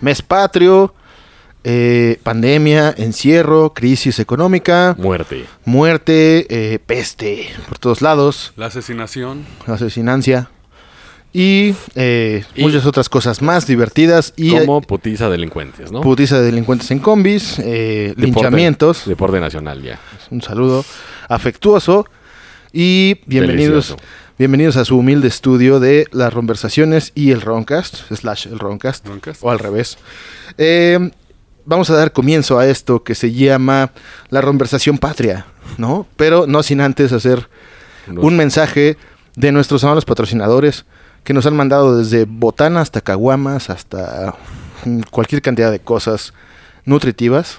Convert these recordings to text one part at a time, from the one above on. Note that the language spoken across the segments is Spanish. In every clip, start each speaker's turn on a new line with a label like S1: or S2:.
S1: Mes patrio, eh, pandemia, encierro, crisis económica,
S2: Muerte.
S1: muerte, eh, peste por todos lados,
S3: La asesinación.
S1: asesinancia y, eh,
S2: Y-
S1: muchas otras cosas más divertidas y
S2: Como
S1: eh,
S2: putiza delincuentes, ¿no?
S1: putiza de delincuentes en combis, eh,
S2: Deporte-
S1: linchamientos,
S2: Deporte nacional, ya.
S1: un saludo afectuoso y bienvenidos.
S2: Delicioso.
S1: Bienvenidos a su humilde estudio de las conversaciones y el Roncast, slash el Roncast,
S3: Roncast.
S1: o al revés. Eh, vamos a dar comienzo a esto que se llama la conversación patria, ¿no? Pero no sin antes hacer
S2: Unos-
S1: un mensaje de nuestros amables patrocinadores que nos han mandado desde botana hasta caguamas, hasta mm, cualquier cantidad de cosas nutritivas.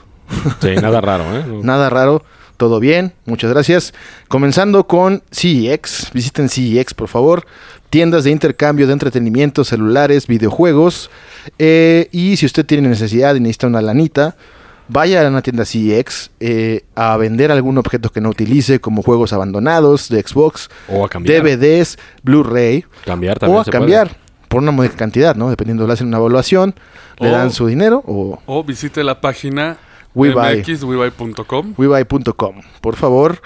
S2: Sí, nada raro, ¿eh? No-
S1: Nada raro, todo bien, muchas gracias. Comenzando con CEX, visiten CEX por favor, tiendas de intercambio de entretenimiento, celulares, videojuegos. eh, y si usted tiene necesidad y necesita una lanita, vaya a una tienda CEX eh, a vender algún objeto que no utilice, como juegos abandonados de Xbox,
S2: O a cambiar.
S1: DVDs, Blu-ray,
S2: Cambiar también.
S1: o a
S2: se puede.
S1: cambiar por una módica cantidad, ¿no? Dependiendo, le hacen una evaluación, le
S3: O-
S1: dan su dinero o
S3: O visite la página
S1: WeBuy.
S3: mxwebuy.com.
S1: webuy.com, por favor.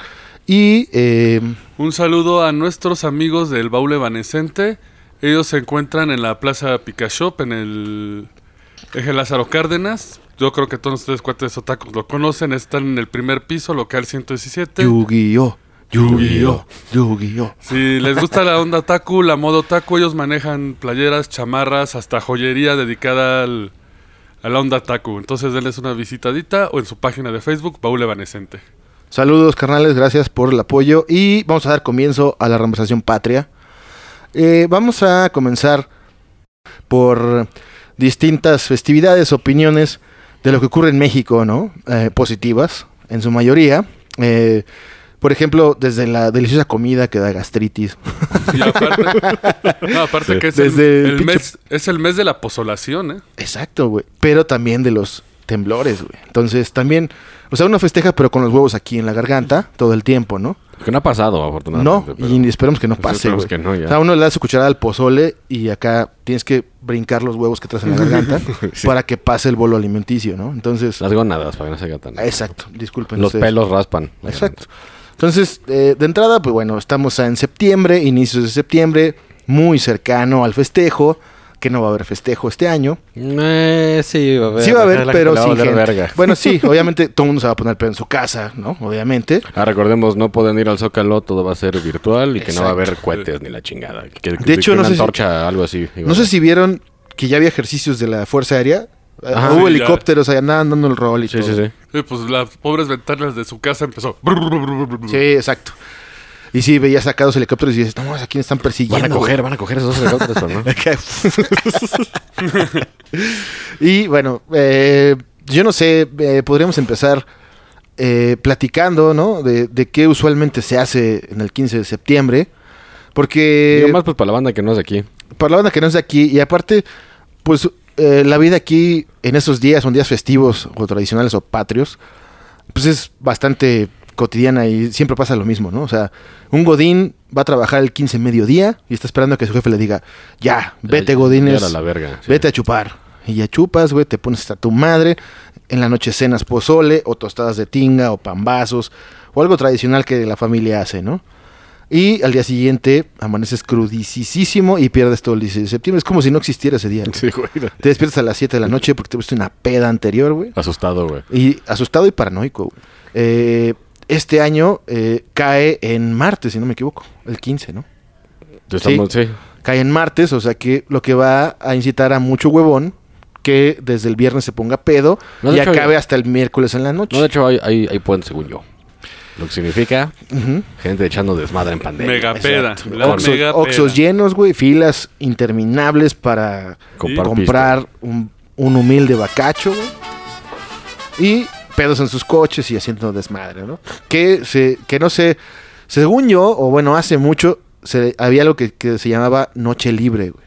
S1: Y eh,
S3: Un saludo a nuestros amigos del baúl evanescente. Ellos se encuentran en la Plaza Picashop, en el eje Lázaro Cárdenas. Yo creo que todos ustedes cuates otacos lo conocen. Están en el primer piso, local 117.
S1: Yu-Gi-Oh! Yu-Gi-Oh! Yu-Gi-oh!
S3: Si les gusta la onda otaku, la moda otaku, ellos manejan playeras, chamarras, hasta joyería dedicada al- a la onda otaku. Entonces denles una visitadita o en su página de Facebook, Baúl Evanescente.
S1: Saludos, carnales, gracias por el apoyo. Y vamos a dar comienzo a la conversación patria. Eh, vamos a comenzar por distintas festividades, opiniones de lo que ocurre en México, ¿no? Eh, positivas, en su mayoría. Eh, por ejemplo, desde la deliciosa comida que da gastritis.
S3: Y aparte, no, aparte que es,
S1: Desde
S3: el,
S1: el
S3: el
S1: pinche-
S3: mes, es el mes de la posolación, ¿eh?
S1: Exacto, güey. Pero también de los temblores, güey. Entonces, también, o sea, uno festeja, pero con los huevos aquí en la garganta todo el tiempo, ¿no?
S2: Que no ha pasado,
S1: No,
S2: afortunadamente. pero-
S1: y esperemos que no pase.
S2: Esperemos
S1: güey.
S2: que no, ya.
S1: O sea, uno le da su cucharada al pozole y acá tienes que brincar los huevos que traes en la garganta
S2: Sí.
S1: para que pase el bolo alimenticio, ¿no? Entonces,
S2: Las gonadas, para que no se haga tan.
S1: exacto, disculpen.
S2: Los
S1: ustedes.
S2: pelos raspan.
S1: pues, Exacto. Entonces, eh, de entrada, pues bueno, estamos en septiembre, inicios de septiembre, muy cercano al festejo, que no va a haber festejo este año.
S2: Eh, sí, va a haber.
S1: Sí va a haber,
S2: la
S1: pero
S2: gente
S1: sí.
S2: le va a valer verga.
S1: Bueno, sí, obviamente todo el mundo se va a poner pedo en su casa, ¿no? Obviamente.
S2: Ah, recordemos, no pueden ir al Zócalo, todo va a ser virtual y que no va a haber
S1: Exacto.
S2: cohetes ni la chingada. Que- que-
S1: De
S2: que
S1: hecho, no
S2: una
S1: sé si-
S2: antorcha, algo así.
S1: No sé si vieron que ya había ejercicios de la Fuerza Aérea. Eh,
S2: Ajá.
S1: Hubo
S3: Sí, ya.
S1: helicópteros allá andaban dando el rol y
S2: Sí,
S1: todo.
S2: sí, sí.
S3: Y pues las pobres ventanas de su casa empezó. brr, brr, brr, brr, brr.
S1: Sí, exacto. Y sí, veías sacados helicópteros y dices, no, ¿a quién están persiguiendo?
S2: Van a coger, van a coger esos dos helicópteros, ¿no?
S1: güey?" y bueno, eh, yo no sé, eh, podríamos empezar eh, platicando, ¿no? De, de qué usualmente se hace en el 15 de septiembre. Porque...
S2: Digo, más pues para la banda que no es de aquí.
S1: para la banda que no es de aquí, y aparte, pues eh, la vida aquí en esos días, son días festivos o tradicionales o patrios, pues es bastante cotidiana y siempre pasa lo mismo, ¿no? O sea, un Godín va a trabajar el 15 mediodía y está esperando a que su jefe le diga, ya, vete
S2: Ya-
S1: Godines,
S2: ya era la verga. sí.
S1: vete a chupar. Y ya chupas, güey, te pones hasta tu madre, en la noche cenas pozole o tostadas de tinga o pambazos o algo tradicional que la familia hace, ¿no? Y al día siguiente amaneces crudicísimo y pierdes todo el 16 de septiembre. Es como si no existiera ese día. güey.
S2: Sí, güey.
S1: Te despiertas a las 7 de la noche porque te pusiste una peda anterior, güey.
S2: Asustado, güey.
S1: Y asustado y paranoico. güey. Eh, este año eh, cae en martes, si no me equivoco. El 15, ¿no?
S2: Estamos- sí.
S1: Cae en martes, o sea que lo que va a incitar a mucho huevón que desde el viernes se ponga pedo
S2: No, de
S1: y
S2: hecho,
S1: acabe hasta el miércoles en la noche.
S2: No, de hecho, hay, hay, hay puentes, según yo. Lo que significa
S1: Ujú.
S2: gente echando desmadre en pandemia.
S3: Megapeda.
S1: Exacto.
S3: La
S1: Oxxos-
S3: megapeda.
S1: Oxxos llenos, güey, filas interminables para
S2: Comprar
S1: comprar un un humilde bacacho, güey. Y pedos en sus coches y haciendo desmadre, ¿no? Que, se, que no sé, según yo, o bueno, hace mucho, se, había algo que, que se llamaba Noche Libre, güey.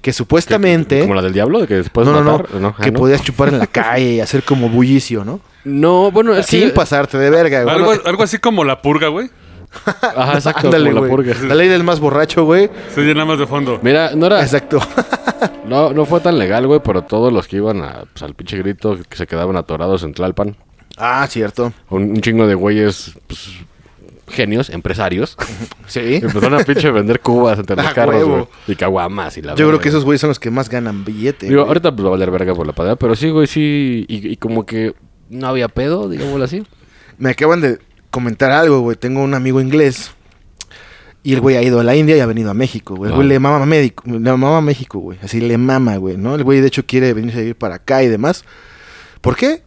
S1: Que supuestamente...
S2: Como la del diablo, de que después
S1: no, no, no,
S2: matar. No, ah,
S1: que
S2: no.
S1: podías chupar en la calle y hacer como bullicio, ¿no?
S2: No, bueno, es
S1: Sin
S2: que...
S1: pasarte de verga, güey.
S3: Algo, algo así como la purga, güey.
S2: Ajá, exacto,
S1: Ándale,
S2: como la
S1: güey.
S2: purga. Ah.
S1: La ley del más borracho, güey.
S3: Se llena más de fondo.
S2: Mira, no era...
S1: Exacto.
S2: No, no fue tan legal, güey, pero todos los que iban a, pues, al pinche grito, que se quedaban atorados en Tlalpan,
S1: ah, cierto.
S2: un, un chingo de güeyes, pues, genios, empresarios,
S1: Sí.
S2: empezaron a pinche vender cubas entre los
S1: Ah,
S2: carros,
S1: huevo.
S2: güey, y caguamas y la
S1: Yo creo
S2: verga.
S1: que esos güeyes son los que más ganan billete.
S2: Digo,
S1: güey.
S2: ahorita pues va a valer verga por la patada, pero sí, güey, sí, y, y como que no había pedo, digámoslo así.
S1: Me acaban de comentar algo, güey. Tengo un amigo inglés. Y el güey ha ido a la India y ha venido a México, güey. El güey
S2: Wow.
S1: le mama, médico, le mama a México, güey. Así le mama, güey, ¿no? El güey, de hecho, quiere venirse a ir para acá y demás. ¿Por qué?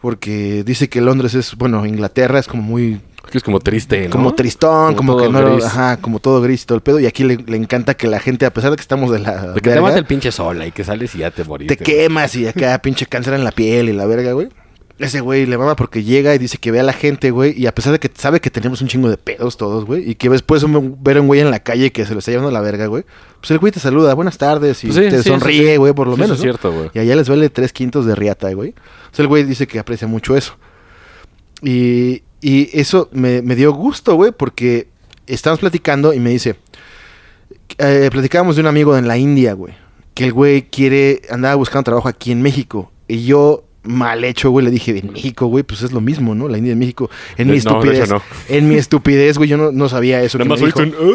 S1: Porque dice que Londres es, bueno, Inglaterra es como muy...
S2: Es que es como triste, Este, ¿no?
S1: Como tristón, como,
S2: Como todo
S1: que no... lo-
S2: gris.
S1: Ajá, como todo gris y todo el pedo. Y aquí le, le encanta que la gente, a pesar de que estamos de la...
S2: De que te
S1: verga,
S2: mata el pinche sol y que sales y ya te moriste.
S1: te quemas y acá pinche cáncer en la piel y la verga, güey. Ese güey le mama porque llega y dice que ve a la gente, güey, y a pesar de que sabe que tenemos un chingo de pedos todos, güey, y que después un- ver a un güey en la calle que se lo está llevando a la verga, güey, pues el güey te saluda, buenas tardes, y
S2: Pues sí,
S1: te
S2: sí, eso
S1: sonríe,
S2: sí.
S1: güey, por lo
S2: Sí, eso
S1: menos.
S2: es
S1: ¿no?
S2: cierto, güey.
S1: Y allá les vale tres quintos de riata, güey. O sea, el güey dice que aprecia mucho eso. Y, y eso me, me dio gusto, güey, porque estábamos platicando y me dice, eh, platicábamos de un amigo en la India, güey, que el güey quiere, andaba buscando trabajo aquí en México. Y yo, mal hecho, güey, le dije, en México, güey, pues es lo mismo, ¿no? La India en México. En mi
S2: Eh, no, de
S1: estupidez.
S2: hecho, no.
S1: En mi estupidez, güey, yo no, no sabía eso. que
S2: Nada más
S1: me dijo.
S2: oíste un...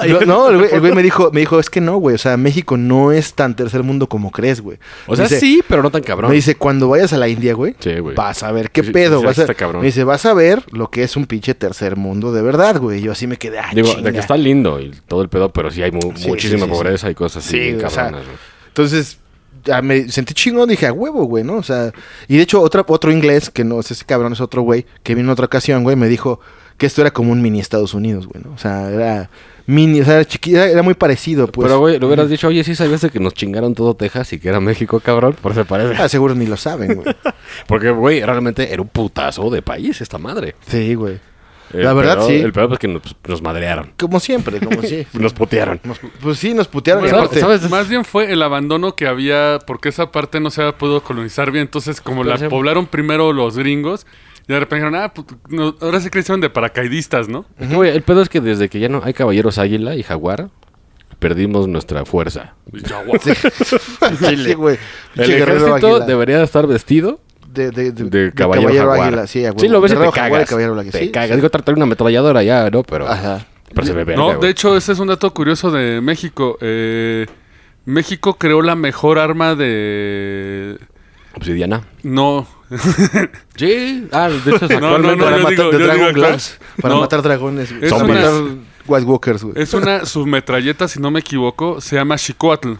S2: "Ah", y-
S1: No, no, el güey, el güey me dijo, me dijo, es que no, güey. O sea, México no es tan tercer mundo como crees, güey.
S2: O sea,
S1: Dice-
S2: sí, pero no tan cabrón.
S1: Me dice, cuando vayas a la India, güey,
S2: Sí, güey.
S1: vas a ver qué
S2: Sí, sí,
S1: pedo.
S2: sí,
S1: vas a-
S2: está cabrón.
S1: Me dice, vas a ver lo que es un pinche tercer mundo de verdad, güey. Yo así me quedé, ah,
S2: Digo,
S1: chinga".
S2: de que está lindo y todo el pedo, pero sí hay mu-
S1: Sí,
S2: muchísima
S1: sí, sí, sí.
S2: pobreza y cosas así
S1: Sí,
S2: bien
S1: o sea,
S2: cabronas, güey.
S1: Entonces, ya me sentí chingón, dije, a huevo, güey, ¿no? O sea, y de hecho, otra, otro inglés, que no es ese cabrón, es otro güey, que vino en otra ocasión, güey, me dijo que esto era como un mini Estados Unidos, güey, ¿no? O sea, era mini, o sea, era chiquita, era muy parecido, pues.
S2: pero, güey, lo hubieras dicho, oye, sí sabías de que nos chingaron todo Texas y que era México, cabrón, por se parece.
S1: Ah, seguro ni lo saben, güey.
S2: Porque, güey, realmente era un putazo de país esta madre.
S1: Sí, güey.
S2: El
S1: La verdad,
S2: pedo-
S1: sí.
S2: Eh, El pedo es que nos, pues, nos madrearon,
S1: Como siempre, como sí.
S2: nos putearon.
S1: Nos- pues sí, nos putearon. y
S2: Bueno,
S1: aparte-
S2: ¿sabes?
S3: Pues, Más bien fue el abandono que había, porque esa parte no se había podido colonizar bien. Entonces, como la
S2: Pero se-
S3: poblaron primero los gringos, y de repente dijeron, ah, put- no, ahora se crecieron de paracaidistas, ¿no?
S2: Es que, güey, el pedo es que desde que ya no hay caballeros águila y jaguar, perdimos nuestra fuerza.
S3: Y yo, "Guau".
S1: Sí, güey.
S2: El
S1: Pinche guerrero
S2: ejército
S1: águila.
S2: debería estar vestido
S1: de, de, de-
S2: de
S1: de
S2: caballero, jaguar.
S1: águila. Sí, a huevo.
S2: Sí, lo ves y
S1: Guerrero
S2: te
S1: jaguar y
S2: cagas.
S1: caballero águila.
S2: Te
S1: Sí,
S2: cagas.
S1: sí.
S2: Digo, tratar una ametralladora ya, ¿no? Pero,
S1: Ajá.
S2: pero se ve verga,
S3: No, de
S2: güey.
S3: hecho, ese es un dato curioso de México. Eh, México creó la mejor arma de...
S2: Obsidiana.
S3: No,
S2: Sí. Ah, de hecho,
S3: No, no, no,
S1: para
S3: yo
S1: matar,
S3: digo-
S1: de
S3: yo
S1: Dragon
S3: digo acá.
S1: Glass. Para
S3: No.
S1: matar dragones. güey.
S3: Es
S1: Para
S2: una-
S1: matar White Walkers, güey.
S3: es una submetralleta, si no me equivoco, se llama Xicoatl.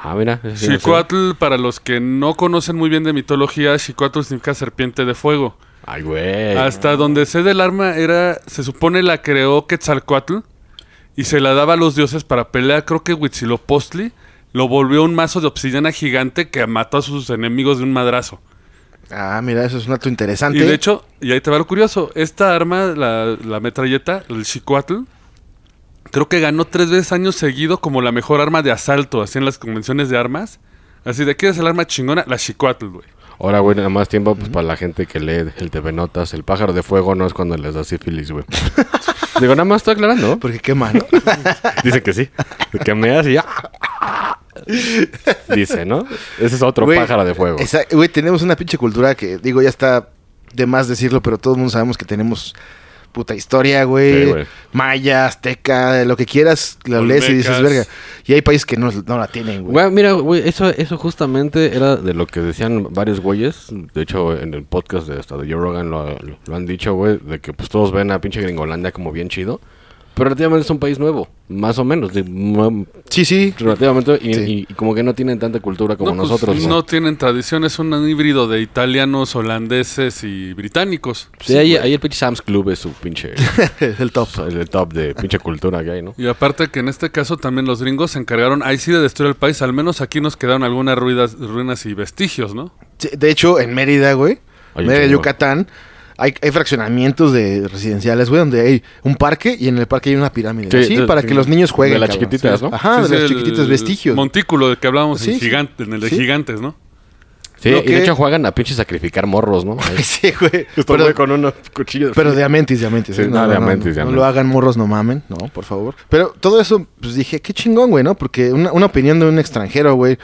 S2: Ah, mira. eso sí no sé.
S3: Xicoatl, para los que no conocen muy bien de mitología, Xicoatl significa serpiente de fuego.
S2: Ay, güey.
S1: Ah,
S3: Hasta donde sé del arma era, se supone la creó Quetzalcoatl y se la daba a los dioses para pelear, creo que Huitzilopochtli lo volvió un mazo de obsidiana gigante que mató a sus enemigos de un madrazo.
S1: Ah, mira, eso es un dato interesante.
S3: Y de hecho, y ahí te va lo curioso, esta arma, la, la metralleta, el Xicoatl, creo que ganó tres veces años seguido como la mejor arma de asalto, así en las convenciones de armas. Así de, ¿quieres el arma chingona? La Xicoatl, güey.
S2: Ahora, güey, nada más tiempo pues, para la gente que lee el TV Notas. El pájaro de fuego no es cuando les da sífilis, güey. Digo, nada más estoy aclarando.
S1: Porque quema, ¿no?
S2: Dice que sí. Que me hace ya. Dice, ¿no? Ese es otro
S1: Güey,
S2: pájaro de fuego.
S1: esa- Güey, tenemos una pinche cultura que, digo, ya está de más decirlo, pero todo el mundo sabemos que tenemos puta historia, güey.
S2: Sí, güey.
S1: Maya, azteca, lo que quieras, lo lees y dices,
S3: Olmecas.
S1: verga. Y hay países que no, no la tienen, güey.
S2: Güey, mira, güey, eso, eso justamente era de lo que decían varios güeyes. De hecho, en el podcast de hasta de Joe Rogan lo, lo han dicho, güey, de que pues todos ven a pinche Gringolandia como bien chido. Pero relativamente es un país nuevo, más o menos. de- mu-
S1: Sí, sí.
S2: relativamente, y,
S1: Sí.
S2: y como que no tienen tanta cultura como
S3: No, pues,
S2: nosotros. ¿no?
S3: no tienen tradición, es un híbrido de italianos, holandeses y británicos.
S2: Sí, ahí, ahí el pinche Sam's Club es su pinche.
S1: Es el top.
S2: o sea, el top de pinche cultura que hay, ¿no?
S3: Y aparte que en este caso también los gringos se encargaron ahí sí de destruir el país, al menos aquí nos quedaron algunas ruidas, ruinas y vestigios, ¿no?
S1: Sí, De hecho, en Mérida, güey,
S2: Hay un
S1: Mérida,
S2: chingo.
S1: Yucatán, hay, hay fraccionamientos de residenciales, güey, donde hay un parque y en el parque hay una pirámide.
S2: Sí,
S1: Sí,
S2: de-
S1: para que los niños jueguen.
S2: de las
S1: cabrón.
S2: chiquititas,
S1: Sí.
S2: ¿no?
S1: Ajá,
S3: Sí,
S1: Ah, de
S3: sí,
S1: los
S3: el-
S1: chiquititos vestigios.
S3: Montículo del que hablábamos
S1: Sí,
S3: en,
S1: sí.
S3: gigante, en el de
S1: Sí.
S3: gigantes, ¿no?
S2: Sí,
S1: Lo
S2: y
S1: que-
S2: de hecho juegan a pinche sacrificar morros, ¿no? Ahí.
S1: sí, güey.
S2: Estos
S1: Pero,
S2: güey con unos cuchillos.
S1: pero de amentis, de amentis.
S2: Sí,
S1: ¿eh?
S2: no, de amentis, de
S1: no
S2: amentis.
S1: lo hagan morros, no mamen, no, por favor. Pero todo eso, pues dije, qué chingón, güey, ¿no? Porque una, una opinión de un extranjero, güey.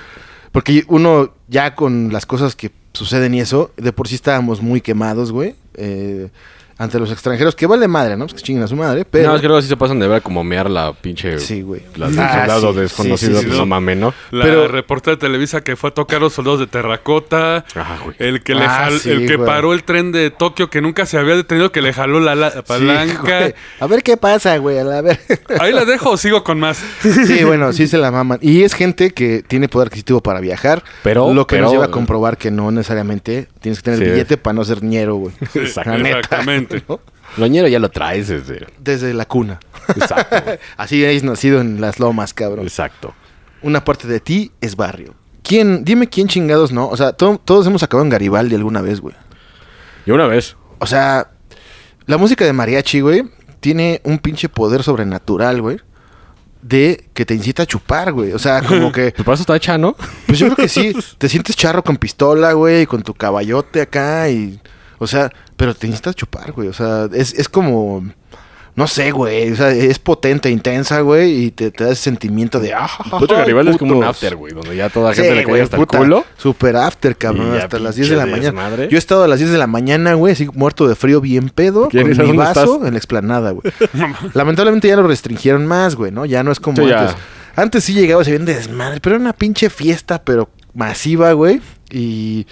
S1: Porque uno ya con las cosas que suceden y eso, de por sí estábamos muy quemados, güey. eh, ante los extranjeros, que vale madre, ¿no? Pues que chinguen a su madre, pero...
S2: No, es que luego sí se pasan de ver como mear la pinche.
S1: Sí, güey.
S2: La del
S1: Ah,
S2: soldado
S1: sí,
S2: desconocido,
S1: sí, sí,
S2: pues,
S3: sí.
S2: no mames, ¿no?
S3: La
S1: Pero-
S3: reportera de Televisa que fue a tocar los soldados de terracota,
S2: Ajá, güey.
S3: el que, le
S1: Ah,
S3: jal-
S1: sí,
S3: el que
S1: güey.
S3: paró el tren de Tokio que nunca se había detenido, que le jaló la, la-
S1: Sí,
S3: palanca.
S1: güey. a ver qué pasa, güey. A la ver.
S3: Ahí la dejo o sigo con más.
S1: sí, bueno, sí se la maman. Y es gente que tiene poder adquisitivo para viajar.
S2: Pero-
S1: Lo que nos
S2: pero-
S1: lleva a comprobar que no necesariamente tienes que tener
S2: Sí.
S1: el billete para no ser ñero, güey.
S2: Exacto.
S1: La neta.
S3: Exactamente.
S1: ¿No?
S2: Loñero ya lo traes desde.
S1: Desde la cuna.
S2: Exacto. güey.
S1: Así es nacido en las lomas, cabrón.
S2: Exacto.
S1: Una parte de ti es barrio. ¿Quién? Dime quién chingados no. O sea, to- todos hemos acabado en Garibaldi alguna vez, güey.
S2: Y una vez.
S1: O sea, la música de mariachi, güey, tiene un pinche poder sobrenatural, güey. De que te incita a chupar, güey. O sea, como que.
S2: Pues para eso está hecha, ¿no?
S1: Pues yo creo que sí. Te sientes charro con pistola, güey, y con tu caballote acá y... O sea, pero te necesitas chupar, güey. O sea, es, es como... No sé, güey. O sea, es potente, intensa, güey, y te, te da ese sentimiento de... ¡Ah, ja, ja,
S2: Puto
S1: ja,
S2: Garibaldi es como un
S1: putos!
S2: after, güey, donde ya toda la
S1: Sí,
S2: gente le
S1: güey,
S2: cae hasta
S1: puta,
S2: el culo.
S1: Super after, cabrón.
S2: Y ya
S1: Hasta las 10 de la
S2: pinche
S1: mañana.
S2: desmadre.
S1: Yo he estado a las 10 de la mañana, güey, así muerto de frío, bien pedo, con
S2: ¿Quién es?
S1: mi
S2: ¿Dónde
S1: vaso
S2: estás?
S1: en la explanada, güey. Lamentablemente ya lo restringieron más, güey, ¿no? Ya no es como
S2: Sí, ya.
S1: antes. Antes sí llegaba, se bien desmadre, pero era una pinche fiesta, pero masiva, güey. Y,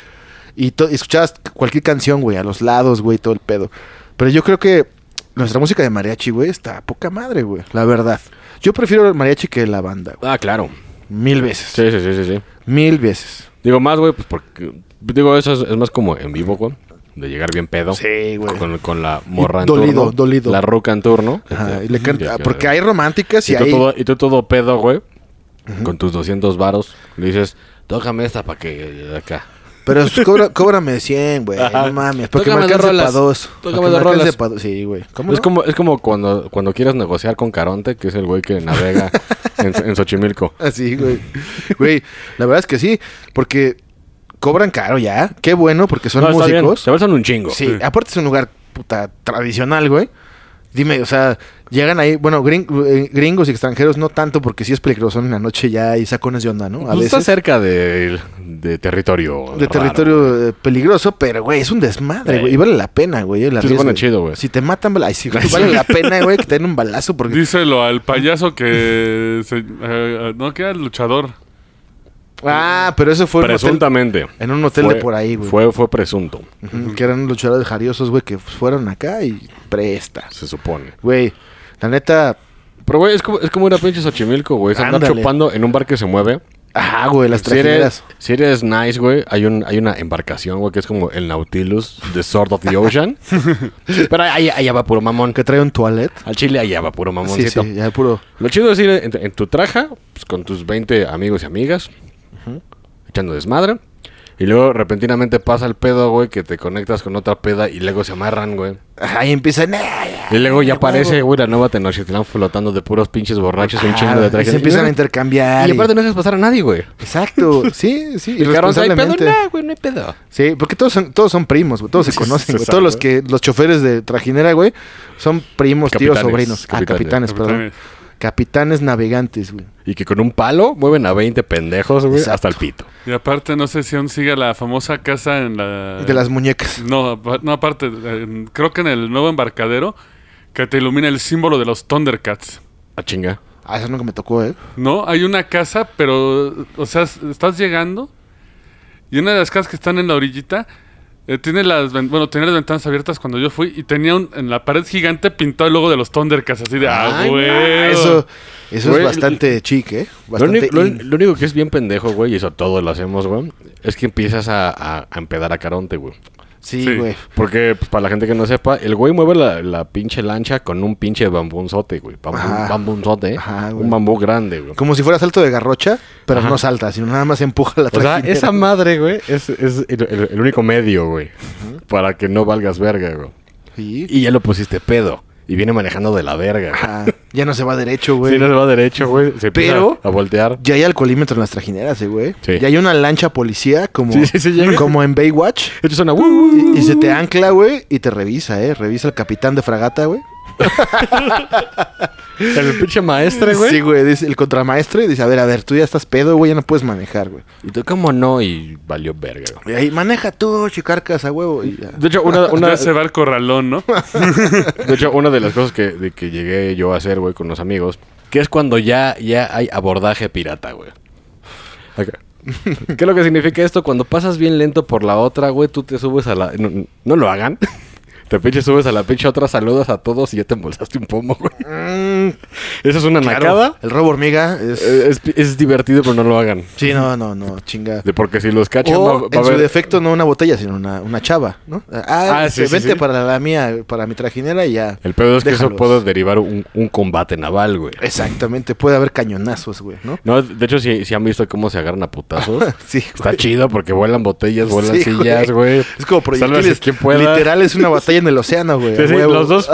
S1: y to- y escuchabas cualquier canción, güey, a los lados, güey, todo el pedo. Pero yo creo que nuestra música de mariachi, güey, está a poca madre, güey, la verdad. Yo prefiero el mariachi que la banda, güey.
S2: Ah, claro.
S1: Mil veces.
S2: Sí, sí, sí, sí, sí.
S1: Mil veces.
S2: Digo, más, güey, pues porque. Digo, eso es, es más como en vivo, güey. De llegar bien pedo.
S1: Sí, güey.
S2: Con, con la morra en
S1: dolido,
S2: turno.
S1: dolido.
S2: La ruca en turno. Este,
S1: Ajá, y le canta,
S2: Que-
S1: porque hay románticas y,
S2: y, tú
S1: hay...
S2: todo, y tú todo pedo, güey. Con tus 200 varos. Le dices, tócame esta para que de acá.
S1: Pero pues, cobra- cóbrame 100, güey.
S2: Ajá.
S1: No mames. Porque me
S2: Tócame dos
S1: alcance
S2: rolas.
S1: para dos.
S2: Tócame
S1: Porque me
S2: dos
S1: alcance
S2: rolas.
S1: pa' dos. Sí, güey. ¿Cómo
S2: Es
S1: no?
S2: como, es como cuando, cuando quieres negociar con Caronte, que es el güey que navega en, en Xochimilco.
S1: Así, güey. Güey, la verdad es que sí. Porque cobran caro ya. Qué bueno, porque son
S2: No, está bien.
S1: músicos.
S2: Te son un chingo. Pues
S1: Sí, aparte es un lugar puta tradicional, güey. Dime, o sea, llegan ahí, bueno, gring- eh, gringos y extranjeros no tanto porque sí es peligroso en la noche ya hay sacones de onda, ¿no? A
S2: Pues está
S1: veces
S2: cerca de, de territorio.
S1: de
S2: raro.
S1: territorio eh, peligroso, pero güey, es un desmadre,
S2: Sí.
S1: güey, y vale la pena, güey, el
S2: Sí, se
S1: arriesgo.
S2: pone chido, güey.
S1: Si te matan, vale- ay, sí, güey, vale la pena, güey, que te den un balazo porque
S3: Díselo al payaso que se- eh, no queda el luchador.
S1: Ah, pero eso fue en un hotel-
S2: Presuntamente.
S1: en un hotel
S2: Fue-
S1: de por ahí, güey.
S2: Fue, fue presunto,
S1: Ujú, Que eran luchadores jariosos, güey, que fueron acá y presta.
S2: se supone.
S1: Güey, la neta,
S2: Pero, güey, es como, es como una pinche Xochimilco, güey. Es andar
S1: Ándale.
S2: chupando en un bar que se mueve.
S1: ajá, güey, las
S2: Si
S1: trajineras.
S2: eres, si eres nice, güey, hay, un, hay una embarcación, güey, que es como el Nautilus, The Sword of the Ocean. Pero ahí- allá va puro mamón.
S1: Que trae un toilet.
S2: Al Chile allá va puro
S1: Sí,
S2: mamoncito.
S1: sí, ya puro.
S2: Lo chido es ir en, en tu traja, pues, con tus 20 amigos y amigas, echando desmadre. Y luego repentinamente pasa el pedo, güey, que te conectas con otra peda y luego se amarran, güey.
S1: Ajá, y empiezan. "Ah,
S2: Y luego ya
S1: huevo".
S2: aparece, güey, la nueva Tenochtitlán flotando de puros pinches borrachos, un
S1: Ah,
S2: chingo de
S1: y
S2: trajes.
S1: se empiezan a intercambiar.
S2: Y
S1: y-
S2: aparte no dejas pasar a nadie, güey.
S1: Exacto, sí, sí,
S2: Y cabrón, ¿hay pedo?
S1: irresponsablemente.
S2: No, güey, no hay pedo.
S1: Sí, porque todos son, todos son primos, güey, todos se
S2: Sí,
S1: conocen,
S2: sí,
S1: güey.
S2: sí,
S1: Todos
S2: sí,
S1: los que los choferes de trajinera, güey, son primos, tíos,
S2: Capitanes,
S1: sobrinos. ah,
S2: capitanes.
S1: capitanes, perdón. Capitanes navegantes, güey.
S2: Y que con un palo mueven a 20 pendejos, güey,
S1: Exacto.
S2: hasta el pito.
S3: Y aparte, no sé si aún sigue la famosa casa en
S2: Ah.
S3: la.
S1: De las muñecas.
S3: No, apa- no aparte, en- creo que en el nuevo embarcadero que te ilumina el símbolo de los Thundercats.
S2: A chinga.
S1: Ah, eso nunca me tocó, ¿eh?
S3: No, hay una casa, pero, o sea, s- estás llegando y una de las casas que están en la orillita Eh, tiene las, ven- bueno, tenía las ventanas abiertas cuando yo fui y tenía un- en la pared gigante pintado el logo de los Thundercats, así de, ah,
S1: Ay,
S3: güey.
S1: ma, Eso, eso
S2: Güey,
S1: es bastante chic, ¿eh?
S2: Lo
S1: Bastante
S2: único, lo-
S1: in.
S2: lo único que es bien pendejo, güey, y eso todos lo hacemos, güey, es que empiezas a, a, a empedar a Caronte, güey.
S1: Sí,
S3: sí.
S1: güey.
S2: Porque, pues, para la gente que no sepa, el güey mueve la, la pinche lancha con un pinche bambunzote, güey. Bambú-
S1: Ajá.
S2: Bambunzote, ¿eh?
S1: Ajá, güey.
S2: un bambú grande, güey.
S1: Como si fuera salto de garrocha, pero
S2: Ajá.
S1: no salta, sino nada más empuja la
S2: O sea,
S1: trajinera.
S2: esa madre, güey, es, es el, el- el único medio, güey, para que no valgas verga, güey.
S1: Sí.
S2: Y ya lo pusiste pedo. Y viene manejando de la verga. güey.
S1: Ajá. Ya no se va derecho, Ah, güey.
S2: Sí, no se va derecho, güey. Se empieza
S1: Pero-
S2: a voltear.
S1: Ya hay alcoholímetro en las trajineras, eh, güey.
S2: Sí.
S1: Ya hay una lancha policía como,
S2: Sí, sí, sí, llega.
S1: como en Baywatch.
S2: De hecho, suena...
S1: Y, y se te ancla, güey, y te revisa, eh. Revisa el capitán de fragata, güey.
S2: El pinche maestre, güey.
S1: Sí, güey. Dice, el contramaestre dice, a ver, a ver, tú ya estás pedo, güey, ya no puedes manejar, güey.
S2: Y tú, ¿cómo no? Y valió verga, güey.
S1: Y ahí, maneja tú, chicarcas, a huevo. y ya.
S2: De hecho, una, una-
S3: Ya se va al corralón, ¿no?
S2: de hecho, una de las cosas que, de que llegué yo a hacer, güey, con los amigos, que es cuando ya, ya hay abordaje pirata, güey. Acá. ¿Qué es lo que significa esto? Cuando pasas bien lento por la otra, güey, tú te subes a la... No, no lo hagan. Te pinche subes a la pinche otra, saludas a todos y ya te embolsaste un pomo, güey.
S1: Mm,
S2: Eso es una
S1: claro,
S2: nacada.
S1: El robo hormiga es...
S2: Eh, Es, es divertido, pero no lo hagan.
S1: Sí, no, no, no, chinga.
S2: De porque si los cachan, va,
S1: O
S2: va a
S1: en su
S2: haber-
S1: defecto no una botella, sino una, una chava, ¿no? Ah,
S2: Ah, sí,
S1: este,
S2: sí,
S1: vente
S2: sí.
S1: para la mía, para mi trajinera y ya.
S2: El pedo es que eso
S1: Déjalos.
S2: puede derivar un, un combate naval, güey.
S1: Exactamente, puede haber cañonazos, güey, ¿no?
S2: No, de hecho, si, si han visto cómo se agarran a putazos.
S1: Sí,
S2: Está
S1: güey.
S2: chido porque vuelan botellas, vuelan
S1: Sí,
S2: sillas,
S1: güey.
S2: güey.
S1: Es como
S2: Sálvese
S1: proyectiles.
S2: quien pueda.
S1: Literal es una batalla en el océano, güey.
S2: Sí,
S1: a
S2: sí,
S1: huevo.
S2: los dos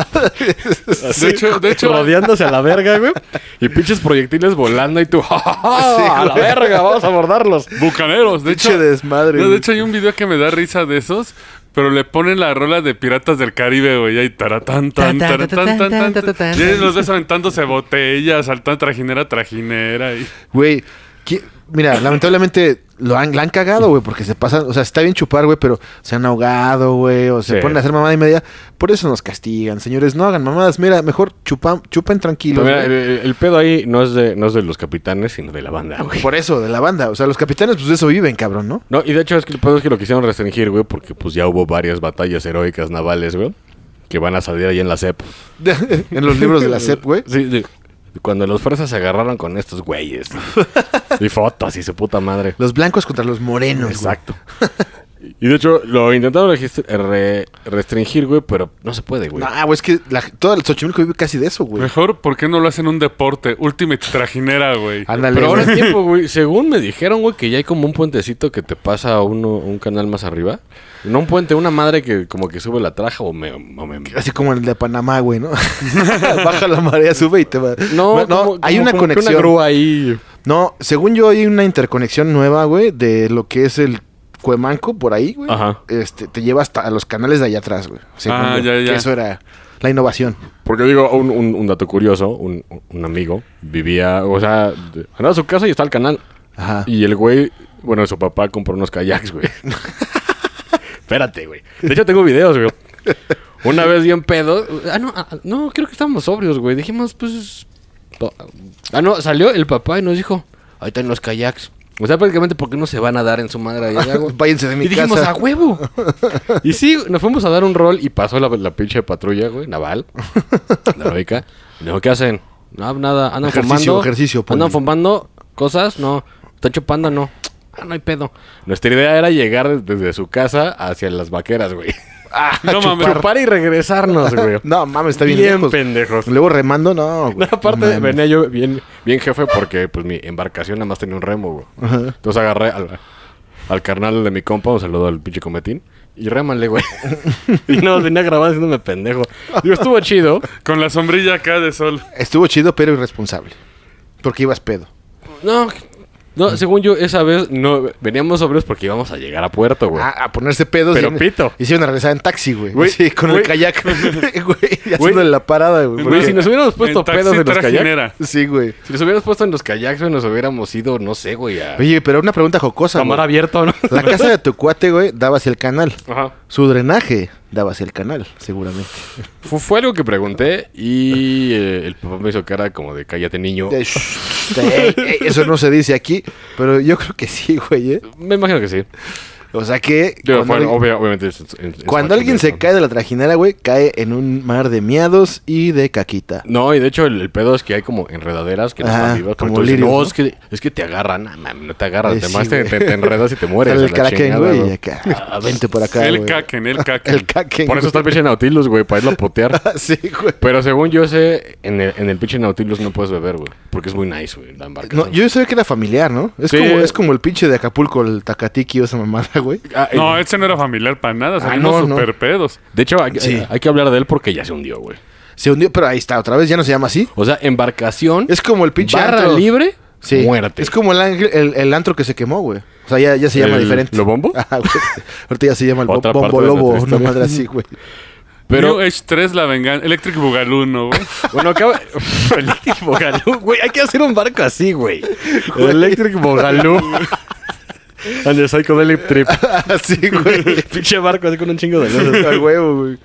S3: De hecho, de hecho,
S2: rodeándose a la verga, güey. Y pinches proyectiles volando y tú, ¡ja, ja, ja!
S1: Sí,
S2: a la
S1: güey.
S2: verga, vamos a abordarlos.
S3: bucaneros, de
S1: Pinche
S3: hecho.
S1: desmadre.
S3: No, de
S1: güey.
S3: hecho hay un video que me da risa de esos, pero le ponen la rola de Piratas del Caribe, güey, y taratán, tan, taratán, tan, tan, tan, tan. Y ahí los ves aventándose botellas, saltando trajinera, trajinera. Y...
S1: Güey, qui- mira, lamentablemente lo han, la han cagado, güey, porque se pasan, o sea, está bien chupar, güey, pero se han ahogado, güey, o se
S2: Sí.
S1: ponen a hacer mamada y media. Por eso nos castigan, señores, no hagan mamadas. Mira, mejor chupan, chupen tranquilos.
S2: Pero Pues mira, eh, el,
S1: güey.
S2: el pedo ahí no es, de, no es de los capitanes, sino de la banda, güey.
S1: Por eso, de la banda. O sea, los capitanes, pues de eso viven, cabrón, ¿no?
S2: No, y de hecho es que el pedo es que lo quisieron restringir, güey, porque pues ya hubo varias batallas heroicas navales, güey, que van a salir ahí en la CEP.
S1: en los libros de la SEP, güey.
S2: Sí, sí. Cuando los fuerzas se agarraron con estos güeyes. y fotos y su puta madre.
S1: Los blancos contra los morenos.
S2: Exacto. Y de hecho, lo intentaron registr- re- restringir, güey, pero no se puede, güey.
S1: güey. Ah, güey, es que la- todo el Xochimilco vive casi de eso, güey.
S3: Mejor, ¿por qué no lo hacen un deporte? Ultimate trajinera, güey.
S1: Ándale.
S2: Pero ahora
S1: güey.
S2: en tiempo, güey. Según me dijeron, güey, que ya hay como un puentecito que te pasa a uno, un canal más arriba. No un puente, una madre que como que sube la traja o me... o me-
S1: Así como el de Panamá, güey, ¿no? Baja la marea, sube y te va.
S2: No,
S1: no,
S2: como-
S1: hay
S2: como-
S1: una
S2: como que
S1: conexión.
S2: Una grúa ahí.
S1: No, según yo hay una interconexión nueva, güey, de lo que es el Cuemanco por ahí, güey.
S2: Ajá.
S1: Este, te lleva hasta a los canales de allá atrás, güey. Según
S3: Ah,
S1: yo,
S3: ya, ya.
S1: que eso era la innovación.
S2: Porque digo, un, un- un dato curioso, un, un amigo vivía, o sea, de- andaba a su casa y está el canal.
S1: Ajá.
S2: Y el güey, bueno, su papá compró unos kayaks, güey. Espérate, güey. De hecho, tengo videos, güey. Una vez bien pedo. Ah, no, ah, no, creo que estábamos sobrios, güey. Dijimos, pues. to- Ah, no, salió el papá y nos dijo, ahí están los kayaks. O sea, prácticamente, ¿por qué no se van a dar en su madre allá, güey?
S1: Váyanse de mi
S2: y dijimos,
S1: casa.
S2: a huevo. y sí, nos fuimos a dar un rol y pasó la, la pinche patrulla, güey, naval. La heroica. Y dijo, ¿qué hacen? No, nada, andan
S1: Ejercicio,
S2: fumando.
S1: ejercicio, pues.
S2: Andan fumando cosas, no. Están chupando, no. Ah, no hay pedo. Nuestra idea era llegar desde su casa hacia las vaqueras, güey.
S1: Ah,
S3: No mames.
S1: chupar.
S2: Chupar y regresarnos, güey.
S1: No, mames, está bien, lejos.
S2: pendejos.
S1: Luego remando, no,
S2: No,
S1: güey.
S2: aparte
S1: No mames.
S2: venía yo bien, bien jefe porque pues mi embarcación nada más tenía un remo, güey. Entonces agarré al, al carnal de mi compa, un saludo al pinche cometín, y rémanle, güey. y no, venía grabando haciéndome pendejo. Digo, estuvo chido.
S3: Con la sombrilla acá de sol.
S1: Estuvo chido, pero irresponsable. Porque ibas pedo.
S2: No, no, según yo, esa vez no veníamos sobrios porque íbamos a llegar a puerto, güey.
S1: Ah, A, a ponerse pedos.
S2: Pues. Pero
S1: y-
S2: pito.
S1: Y se iban a regresar en taxi, güey.
S2: Güey,
S1: Sí, con
S2: güey.
S1: el kayak. güey, y haciendo la parada, güey.
S2: Güey,
S1: porque-
S2: si nos hubiéramos puesto
S3: En taxi,
S2: pedos en los kayaks.
S3: trajinera.
S1: Sí, güey.
S2: Si nos hubiéramos puesto en los kayaks, güey, nos hubiéramos ido, no sé, güey, a
S1: Oye, pero una pregunta jocosa,
S2: a mar
S1: güey.
S2: abierto, ¿no?
S1: La casa de tu cuate, güey, daba hacia el canal.
S2: Ajá.
S1: Su drenaje daba hacia el canal, seguramente.
S2: Fue, fue algo que pregunté y eh, el papá me hizo cara como de cállate, niño.
S1: Eh, shh, eh, eh, Eso no se dice aquí, pero yo creo que sí, güey. ¿eh?
S2: Me imagino que sí.
S1: O sea que
S2: Digo,
S1: cuando,
S2: fue-
S1: alguien-
S2: obvia- obviamente es- es- es
S1: cuando alguien se
S2: machismo.
S1: cae de la trajinera, güey, cae en un mar de miados y de caquita.
S2: No, y de hecho el, el pedo es que hay como enredaderas que no
S1: Ajá,
S2: están vivas.
S1: como
S2: Como tú dices,
S1: lirios,
S2: no,
S1: ¿no?
S2: es que, es que te agarran. Ah, mami, no te agarran.
S1: Ay,
S2: te,
S1: Eh, sí,
S2: más te,
S1: güey.
S2: te- te enredas y te mueres.
S1: Sale
S2: a
S1: el
S2: la
S1: caraquén,
S2: chingada,
S1: güey, y
S2: güey.
S1: acá. ah, Vente por acá,
S3: El
S1: güey.
S3: caquen, el caquen.
S1: El caquen.
S2: Por eso está el
S1: güey.
S2: pinche Nautilus, güey, para irlo a potear.
S1: Sí, güey.
S2: Pero según yo sé, en el, en el pinche Nautilus no puedes beber, güey. Porque es muy nice, güey, la embarcación.
S1: No, yo sabía que era familiar, ¿no? Es,
S2: Sí.
S1: como, es como el pinche de Acapulco, el Tacatiqui o esa mamada, güey.
S2: Ah, eh,
S3: No, ese no era familiar para nada. Salimos
S1: no, no.
S3: super pedos.
S2: De hecho, hay,
S1: Sí.
S2: hay que hablar de él porque ya se hundió, güey.
S1: Se hundió, pero ahí está, otra vez ya no se llama así.
S2: O sea, embarcación,
S1: Es como el pinche
S2: barra
S1: antro.
S2: libre,
S1: Sí.
S2: muerte.
S1: Es como el, ángel- el, el antro que se quemó, güey. O sea, ya, ya se llama
S2: ¿El
S1: diferente.
S2: lo bombo?
S1: Ajá, güey. Ahorita ya se llama el bo-
S2: Otra
S1: bombo
S2: parte de
S1: lobo, una
S2: nuestra historia.
S1: madre así, güey.
S2: Pero,
S3: New Age 3, la venganza. Electric Boogaloo, ¿no, güey?
S2: bueno, acaba... Electric Bogalú, güey. Hay que hacer un barco así, güey. Electric Bogalú. And the Psychedelic Trip.
S1: Así, güey.
S2: Pinche barco así con un chingo de cosas.
S1: Al huevo, güey.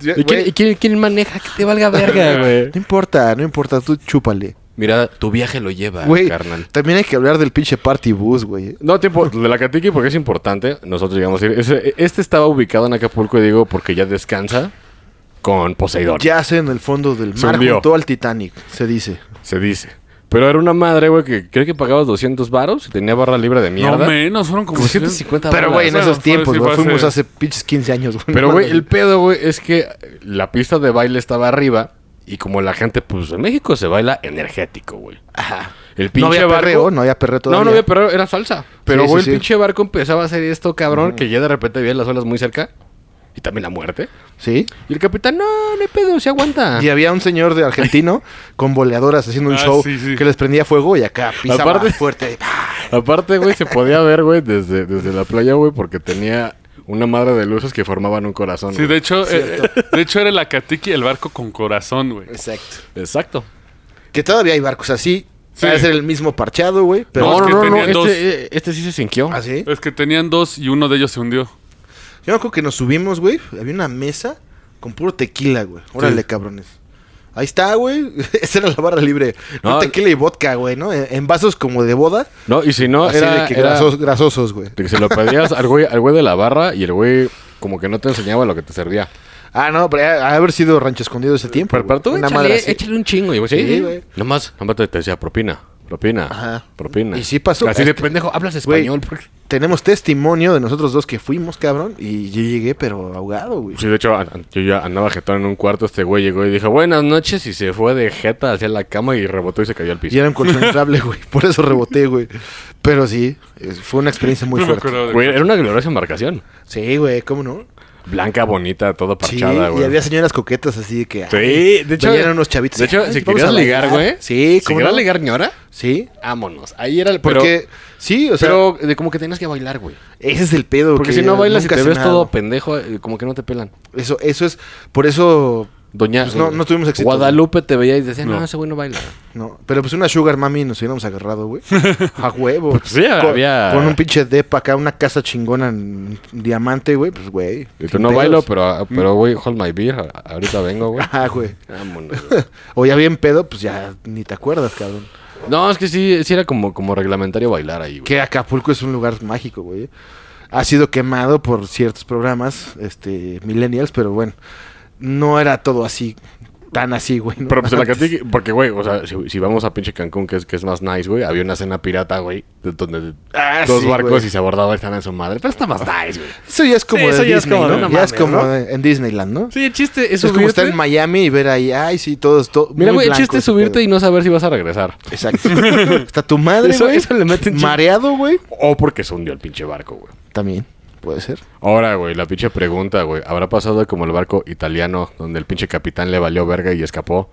S1: Ya,
S2: ¿Y quién,
S1: güey,
S2: y quién- quién maneja? Que te valga verga, güey.
S1: No importa, no importa, tú chúpale.
S2: Mira, tu viaje lo lleva,
S1: Güey,
S2: carnal.
S1: también hay que hablar del pinche party bus, güey.
S2: No, tiempo, de la Catiki porque es importante. Nosotros llegamos a ir. Ese- este estaba ubicado en Acapulco y digo porque ya descansa con Poseidón.
S1: Yace en el fondo del
S2: Se
S1: mar
S2: hundió.
S1: junto al Titanic, se dice.
S2: Se dice. Pero era una madre, güey, que creo que pagabas 200 varos y tenía barra libre de mierda.
S3: No menos, fueron como
S2: Como 150
S3: 150.
S1: Pero,
S2: bolas.
S1: güey, en
S3: bueno,
S1: esos
S3: fue-
S1: tiempos,
S3: sí
S1: güey.
S3: fue hace-
S1: Fuimos hace pinches 15 años, güey.
S2: Pero, güey, el pedo, güey, es que la pista de baile estaba arriba y como la gente, pues en México se baila energético, güey.
S1: Ajá.
S2: El
S1: No
S2: pinche
S1: había
S2: barco-
S1: Ah, perreo, no había perreo todavía.
S2: No, no había perreo, era salsa. Pero,
S1: Sí, sí,
S2: güey,
S1: sí.
S2: el pinche barco empezaba a hacer esto, cabrón, que ya de repente veías las olas muy cerca y también la muerte.
S1: ¿Sí?
S2: Y el capitán, no, no hay pedo, se aguanta.
S1: Y había un señor de argentino con boleadoras haciendo un
S3: Ah,
S1: show
S3: sí, sí.
S1: que les prendía fuego y acá pisaba
S2: Aparte-
S1: fuerte. Ah,
S2: Aparte, güey, se podía ver, güey, desde, desde la playa, güey, porque tenía una madre de luces que formaban un corazón.
S3: Sí, de hecho, eh, de hecho era la Catiki el barco con corazón, güey.
S1: Exacto.
S2: Exacto.
S1: Que todavía hay barcos así.
S3: Sí.
S1: Debe ser el mismo parchado, güey. Pero
S3: No,
S2: no,
S3: es
S2: no,
S3: que
S2: no, no,
S3: tenían
S2: Este,
S3: dos.
S2: eh, este sí se sintió.
S1: ¿Ah, sí?
S3: Es que tenían dos y uno de ellos se hundió.
S1: Yo me acuerdo que nos subimos, güey. Había una mesa con puro tequila, güey. Órale, cabrones. Ahí está, güey. Esa era la barra libre. No,
S2: No.
S1: tequila y vodka, güey, ¿no? En, en vasos como de boda.
S2: No, y si no,
S1: así
S2: era,
S1: de que
S2: era-
S1: grasos- grasosos, güey.
S2: de que se lo pedías al güey, al güey de la barra y el güey como que no te enseñaba lo que te servía.
S1: Ah, no, pero ha- ha haber sido rancho escondido ese tiempo.
S2: Pero, pero tú
S1: güey. Una
S2: échale,
S1: madre así.
S2: échale un chingo. Y güey, sí,
S1: Sí,
S2: sí,
S1: güey.
S2: Nomás, nomás te, te decía propina, propina,
S1: Ajá.
S2: propina.
S1: Y sí pasó.
S2: Así
S1: Es
S2: de
S1: que-
S2: pendejo, hablas
S1: Güey,
S2: español. porque-
S1: tenemos testimonio de nosotros dos que fuimos, cabrón, y yo llegué, pero ahogado, güey.
S2: Sí, de hecho, an- an- yo ya andaba jetón en un cuarto. Este güey llegó y dijo, buenas noches. Y se fue de jeta hacia la cama y rebotó y se cayó al
S1: Y
S2: piso.
S1: era un colchón inflable, güey. Por eso reboté, güey. Pero sí, es- fue una experiencia muy
S3: no me
S1: fuerte.
S3: acuerdo de
S2: Güey, era una gloriosa embarcación.
S1: Sí, güey, ¿cómo no?
S2: Blanca, bonita, todo parchada,
S1: sí,
S2: güey.
S1: y había señoras coquetas así de que.
S2: Sí, de hecho.
S1: Venían unos chavitos.
S2: De hecho,
S1: Ay,
S2: si
S1: vamos
S2: querías
S1: a
S2: ligar,
S1: bailar.
S2: güey.
S1: Sí,
S2: Si
S1: ¿cómo
S2: querías
S1: no?
S2: ligar ñora,
S1: Sí,
S2: vámonos. Ahí era el pero-
S1: porque. sí, o sea,
S2: Pero de como que tenías que bailar, güey.
S1: ese es el pedo.
S2: Porque
S1: que
S2: si no bailas y
S1: nunca
S2: te
S1: se
S2: ves
S1: me ha
S2: todo
S1: dado.
S2: pendejo, eh, como que no te pelan.
S1: Eso, eso es. Por eso.
S2: Doña. eh,
S1: Pues no- no tuvimos éxito,
S2: Guadalupe te veía y decía, no,
S3: No.
S2: ese güey no baila.
S1: No, pero pues una Sugar Mami nos hubiéramos agarrado, güey. A huevo.
S2: Pues sí,
S1: con,
S2: había-
S1: con un pinche depa acá, una casa chingona en diamante, güey. Pues, güey.
S2: Y tú
S1: sin
S2: no
S1: pedos. Mm.
S2: bailo, pero, ah, pero güey, hold my beer. a- Ahorita vengo, güey.
S1: Ajá, güey.
S2: Vámonos.
S1: O ya bien pedo, pues ya ni te acuerdas, cabrón.
S2: No, es que sí, sí era como, como reglamentario bailar ahí, güey.
S1: Que Acapulco es un lugar mágico, güey. Ha sido quemado por ciertos programas, este, millennials, pero bueno, no era todo así, tan así, güey. ¿no?
S2: Pero pues en la
S1: Antes.
S2: Catí- porque güey, o sea, si, si vamos a pinche Cancún, que es, que es más nice, güey, había una cena pirata, güey, de- donde
S1: Ah,
S2: dos
S1: sí,
S2: barcos
S1: güey.
S2: y se abordaba estaban en su madre. Pero está más nice, güey.
S1: Eso ya es como
S2: Sí,
S1: de
S2: eso ya es
S1: Disney,
S2: como de
S1: ¿no?
S2: una
S1: Ya es
S2: mame,
S1: como
S2: ¿no?
S1: de- en Disneyland, ¿no?
S2: Sí, el chiste
S1: Es como estar en Miami y ver ahí, ay, sí, todos, todo
S2: Mira, güey, el chiste es subirte y no saber si vas a regresar.
S1: Exacto. Está tu madre,
S2: Eso-
S1: güey.
S2: eso le meten chin-
S1: Mareado, güey.
S2: O porque se hundió el pinche barco, güey.
S1: También, puede ser.
S2: Ahora, güey, la pinche pregunta, güey. ¿Habrá pasado como el barco italiano donde el pinche capitán le valió verga y escapó?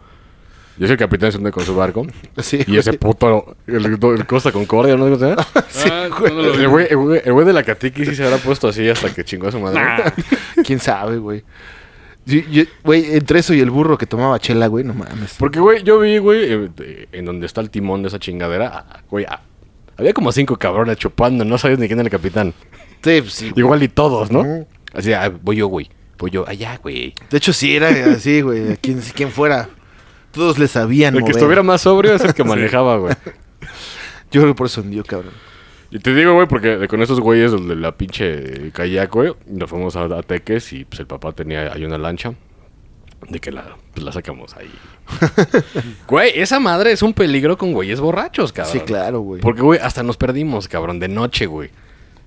S2: Yo soy el capitán se hunde con su barco.
S1: Sí,
S2: Y ese puto, el, el Costa Concordia, ¿no? O sea,
S3: Ah, no lo vi.
S2: El güey, el güey- el güey de la Catiki sí se habrá puesto así hasta que chingó a su madre.
S1: quién sabe, güey. Yo- yo- Güey, entre eso y el burro que tomaba chela, güey, no mames.
S2: Porque, güey, yo vi, güey, eh, eh, en donde está el timón de esa chingadera, ah, güey, ah, había como cinco cabrones chupando, no sabías ni quién era el capitán.
S1: Sí, pues, sí,
S2: Igual y todos,
S1: Ujú.
S2: ¿no? Así, ah, voy yo, güey. Voy yo, allá, güey.
S1: De hecho, sí era así, güey. a Quien, quien fuera. Todos le sabían.
S2: El que
S1: mover.
S2: estuviera más sobrio es el que manejaba, güey.
S1: Yo creo que por eso hundió, cabrón.
S2: Y te digo, güey, porque con esos güeyes el de la pinche kayak, güey, nos fuimos a, a Teques y pues el papá tenía ahí una lancha. De que la, pues, la sacamos ahí. güey, esa madre es un peligro con güeyes borrachos, cabrón.
S1: Sí, claro, güey.
S2: Porque, güey, hasta nos perdimos, cabrón, de noche, güey.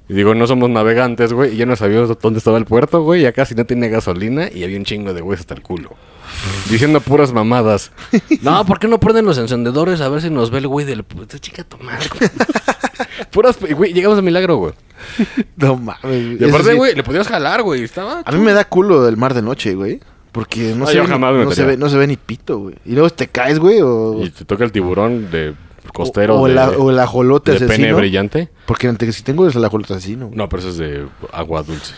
S2: Y digo, no somos navegantes, güey, y ya no sabíamos dónde estaba el puerto, güey, ya casi no tenía gasolina y había un chingo de güeyes hasta el culo. Diciendo puras mamadas. No, ¿por qué no prenden los encendedores a ver si nos ve el güey del... puerto? Chica, tu madre, güey. Puras... Güey, llegamos a Milagro, güey.
S1: No mames.
S2: Y
S1: eso
S2: aparte,
S1: sí.
S2: güey, le podías jalar, güey, estaba...
S1: A mí me da culo el mar de noche, güey. Porque no,
S2: Ah,
S1: se,
S2: yo
S1: ve, ni-
S2: jamás
S1: no,
S2: me
S1: se
S2: metería.
S1: ve, no se ve ni pito, güey. Y luego te caes, güey, o,
S2: Y te toca el tiburón de costero
S1: o, o
S2: de,
S1: la, o el ajolote
S2: de pene
S1: asesino.
S2: brillante.
S1: Porque antes, si tengo es el ajolote asesino. güey.
S2: No, pero eso es de agua dulce.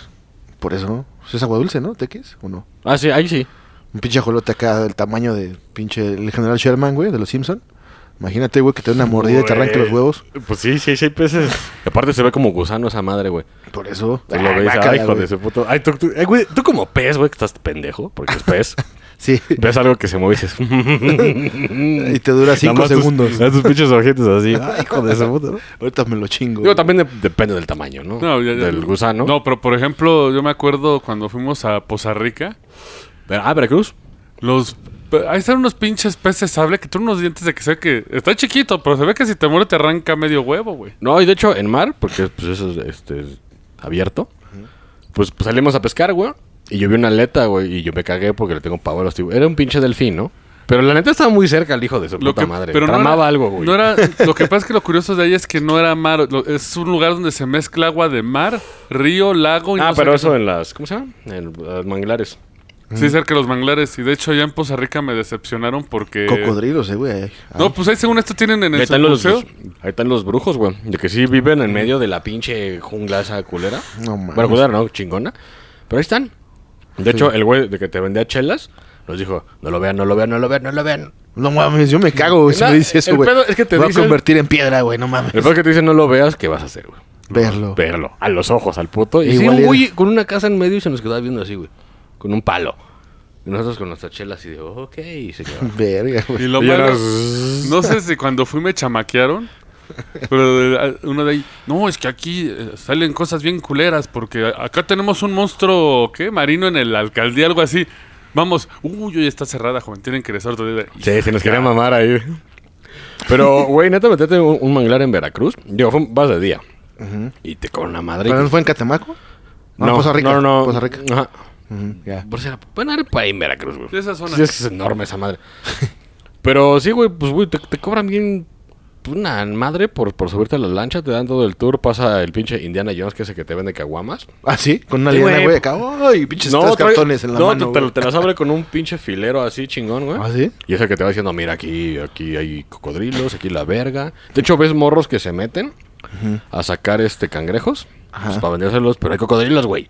S1: Por eso, ¿no? Pues Es agua dulce, ¿no? ¿Teques o no?
S2: Ah, sí, ahí sí.
S1: Un pinche ajolote acá del tamaño de pinche el general Sherman, güey, de los Simpson. Imagínate, güey, que te dé una mordida y te arranque los huevos.
S2: Pues sí, sí, sí hay peces. Y aparte se ve como gusano esa madre, güey.
S1: Por eso. pues,
S2: Tú lo
S1: Ay,
S2: ves,
S1: guácala,
S2: ay, hijo de
S1: güey.
S2: ese puto. Ay, tú, tú- ay, güey, tú como pez, güey, que estás pendejo, porque es pez.
S1: Sí.
S2: ves algo que se mueve y dices. y
S1: te dura cinco segundos.
S2: A tus pinches ojitos así. Ay, hijo de ese puto.
S1: Ahorita me lo chingo.
S2: Digo,
S1: güey.
S2: también de- depende del tamaño, ¿no?
S3: No, ya- ya-
S2: Del gusano.
S3: No, pero por ejemplo, yo me acuerdo cuando fuimos a Poza Rica,
S2: Pero- ah, Veracruz.
S3: los pe- ahí están unos pinches peces sable que tienen unos dientes de que se ve que está chiquito, pero se ve que si te muere te arranca medio huevo, güey.
S2: No, y de hecho en mar, porque pues eso es este, es abierto, pues, pues, salimos a pescar, güey. Y yo vi una aleta, güey, y yo me cagué porque le tengo pavor a los tiburones. Era un pinche delfín, ¿no? Pero la neta estaba muy cerca el hijo de su
S3: Lo
S2: puta
S3: que-
S2: madre.
S3: pero no
S2: Tramaba
S3: era-
S2: algo, güey.
S3: No era, lo que pasa es que lo curioso de ahí es que no era mar, lo- es un lugar donde se mezcla agua de mar, río, lago y
S2: ah,
S3: no sé
S2: pero
S3: qué
S2: eso en las... ¿Cómo se llama? En las manglares.
S3: Sí, cerca de los manglares. Y de hecho, ya en Poza Rica me decepcionaron porque.
S1: Cocodrilos, eh, güey. ahí. Ah,
S3: No, pues ahí según esto tienen en
S2: Ahí
S3: el
S2: están, los,
S3: museo.
S2: los- ahí están los brujos, güey. De que sí viven en medio de la pinche jungla esa culera.
S1: No mames.
S2: Bueno, culera no, chingona. Pero ahí están. De hecho, el güey de que te vendía chelas nos dijo, no lo vean, no lo vean, no lo vean, no lo vean.
S1: No mames, yo me cago, güey, si
S2: No,
S1: me dice eso,
S2: el
S1: güey.
S2: pedo es que te
S1: Voy
S2: dice
S1: a
S2: el-
S1: convertir en piedra, güey, no mames.
S2: El peor que te dicen no lo veas, ¿qué vas a hacer, güey?
S1: Verlo.
S2: Verlo. A los ojos, al puto. Y
S1: Igual
S2: sí, un
S1: era.
S2: güey con una casa en medio y se nos quedaba viendo así, güey. Con un palo. Y nosotros con nuestras chelas así de, ok, y se quedaba.
S1: Verga, güey.
S3: Y lo
S2: Y
S3: malo-
S2: era-
S3: No sé si cuando fui me chamaquearon. Pero de- a- uno de ahí. No, es que aquí eh, salen cosas bien culeras. Porque a- acá tenemos un monstruo, ¿qué? Marino en el alcaldía, algo así. Vamos. Uy, uy, está cerrada, joven. Tienen que regresar otro día.
S2: Sí, se nos quería mamar ahí. Pero, güey, neta, metete un, un manglar en Veracruz. Digo, fue un- vas de día. Y te con la madre.
S1: ¿Pero no fue en Catemaco? No, en Poza Rica.
S2: No, no.
S1: Poza Rica.
S2: Ajá.
S1: Ujú, ya.
S2: Por si era, bueno, era para ahí en Veracruz, güey.
S3: De esa zona.
S2: Sí, es, que es enorme esa madre. Pero sí, güey, pues, güey, te, te cobran bien una madre por, por subirte a la lancha. Te dan todo el tour. Pasa el pinche Indiana Jones, que es el que te vende caguamas.
S1: ¿Ah, sí? Con una
S2: Sí,
S1: liana,
S2: güey.
S1: güey, acá. ¡Ay, pinches tres
S2: trae-
S1: cartones en la
S2: no,
S1: mano,
S2: te, te-
S1: güey.
S2: te las abre con un pinche filero así chingón, güey.
S1: ¿Ah, sí?
S2: Y es el que te va diciendo, mira, aquí, aquí hay cocodrilos, aquí la verga. De hecho, ves morros que se meten a sacar este cangrejos
S1: Ajá.
S2: pues, para vendérselos, pero hay cocodrilos, güey.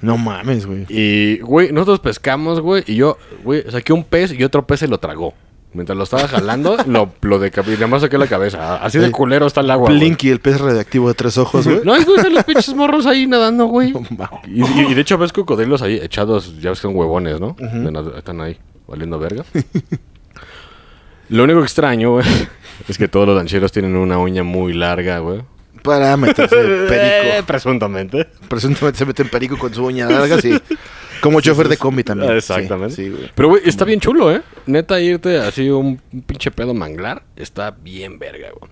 S1: No mames, güey.
S2: Y, güey, nosotros pescamos, güey, y yo, güey, saqué un pez y otro pez se lo tragó. Mientras lo estaba jalando, lo, lo decapité. Y nada más saqué la cabeza. Ah, Así de
S1: El
S2: culero está el agua, güey.
S1: Blinky, el pez radiactivo de tres ojos, güey.
S2: No, es que están los pinches morros ahí nadando, güey.
S1: No mames.
S2: Y, y- y de hecho ves cocodrilos ahí echados, ya ves que son huevones, ¿no? De nada- Están ahí, valiendo verga. Lo único extraño, güey, es que todos los lancheros tienen una uña muy larga, güey.
S1: Para meterse
S2: Eh,
S1: perico.
S2: presuntamente.
S1: Presuntamente se mete en perico con su uña larga, sí. Como chofer de combi también.
S2: Ah,
S1: Sí,
S2: Exactamente.
S1: Sí, güey.
S2: Pero, güey, está bien chulo, ¿eh? Neta, irte así un, un pinche pedo manglar está bien verga, güey.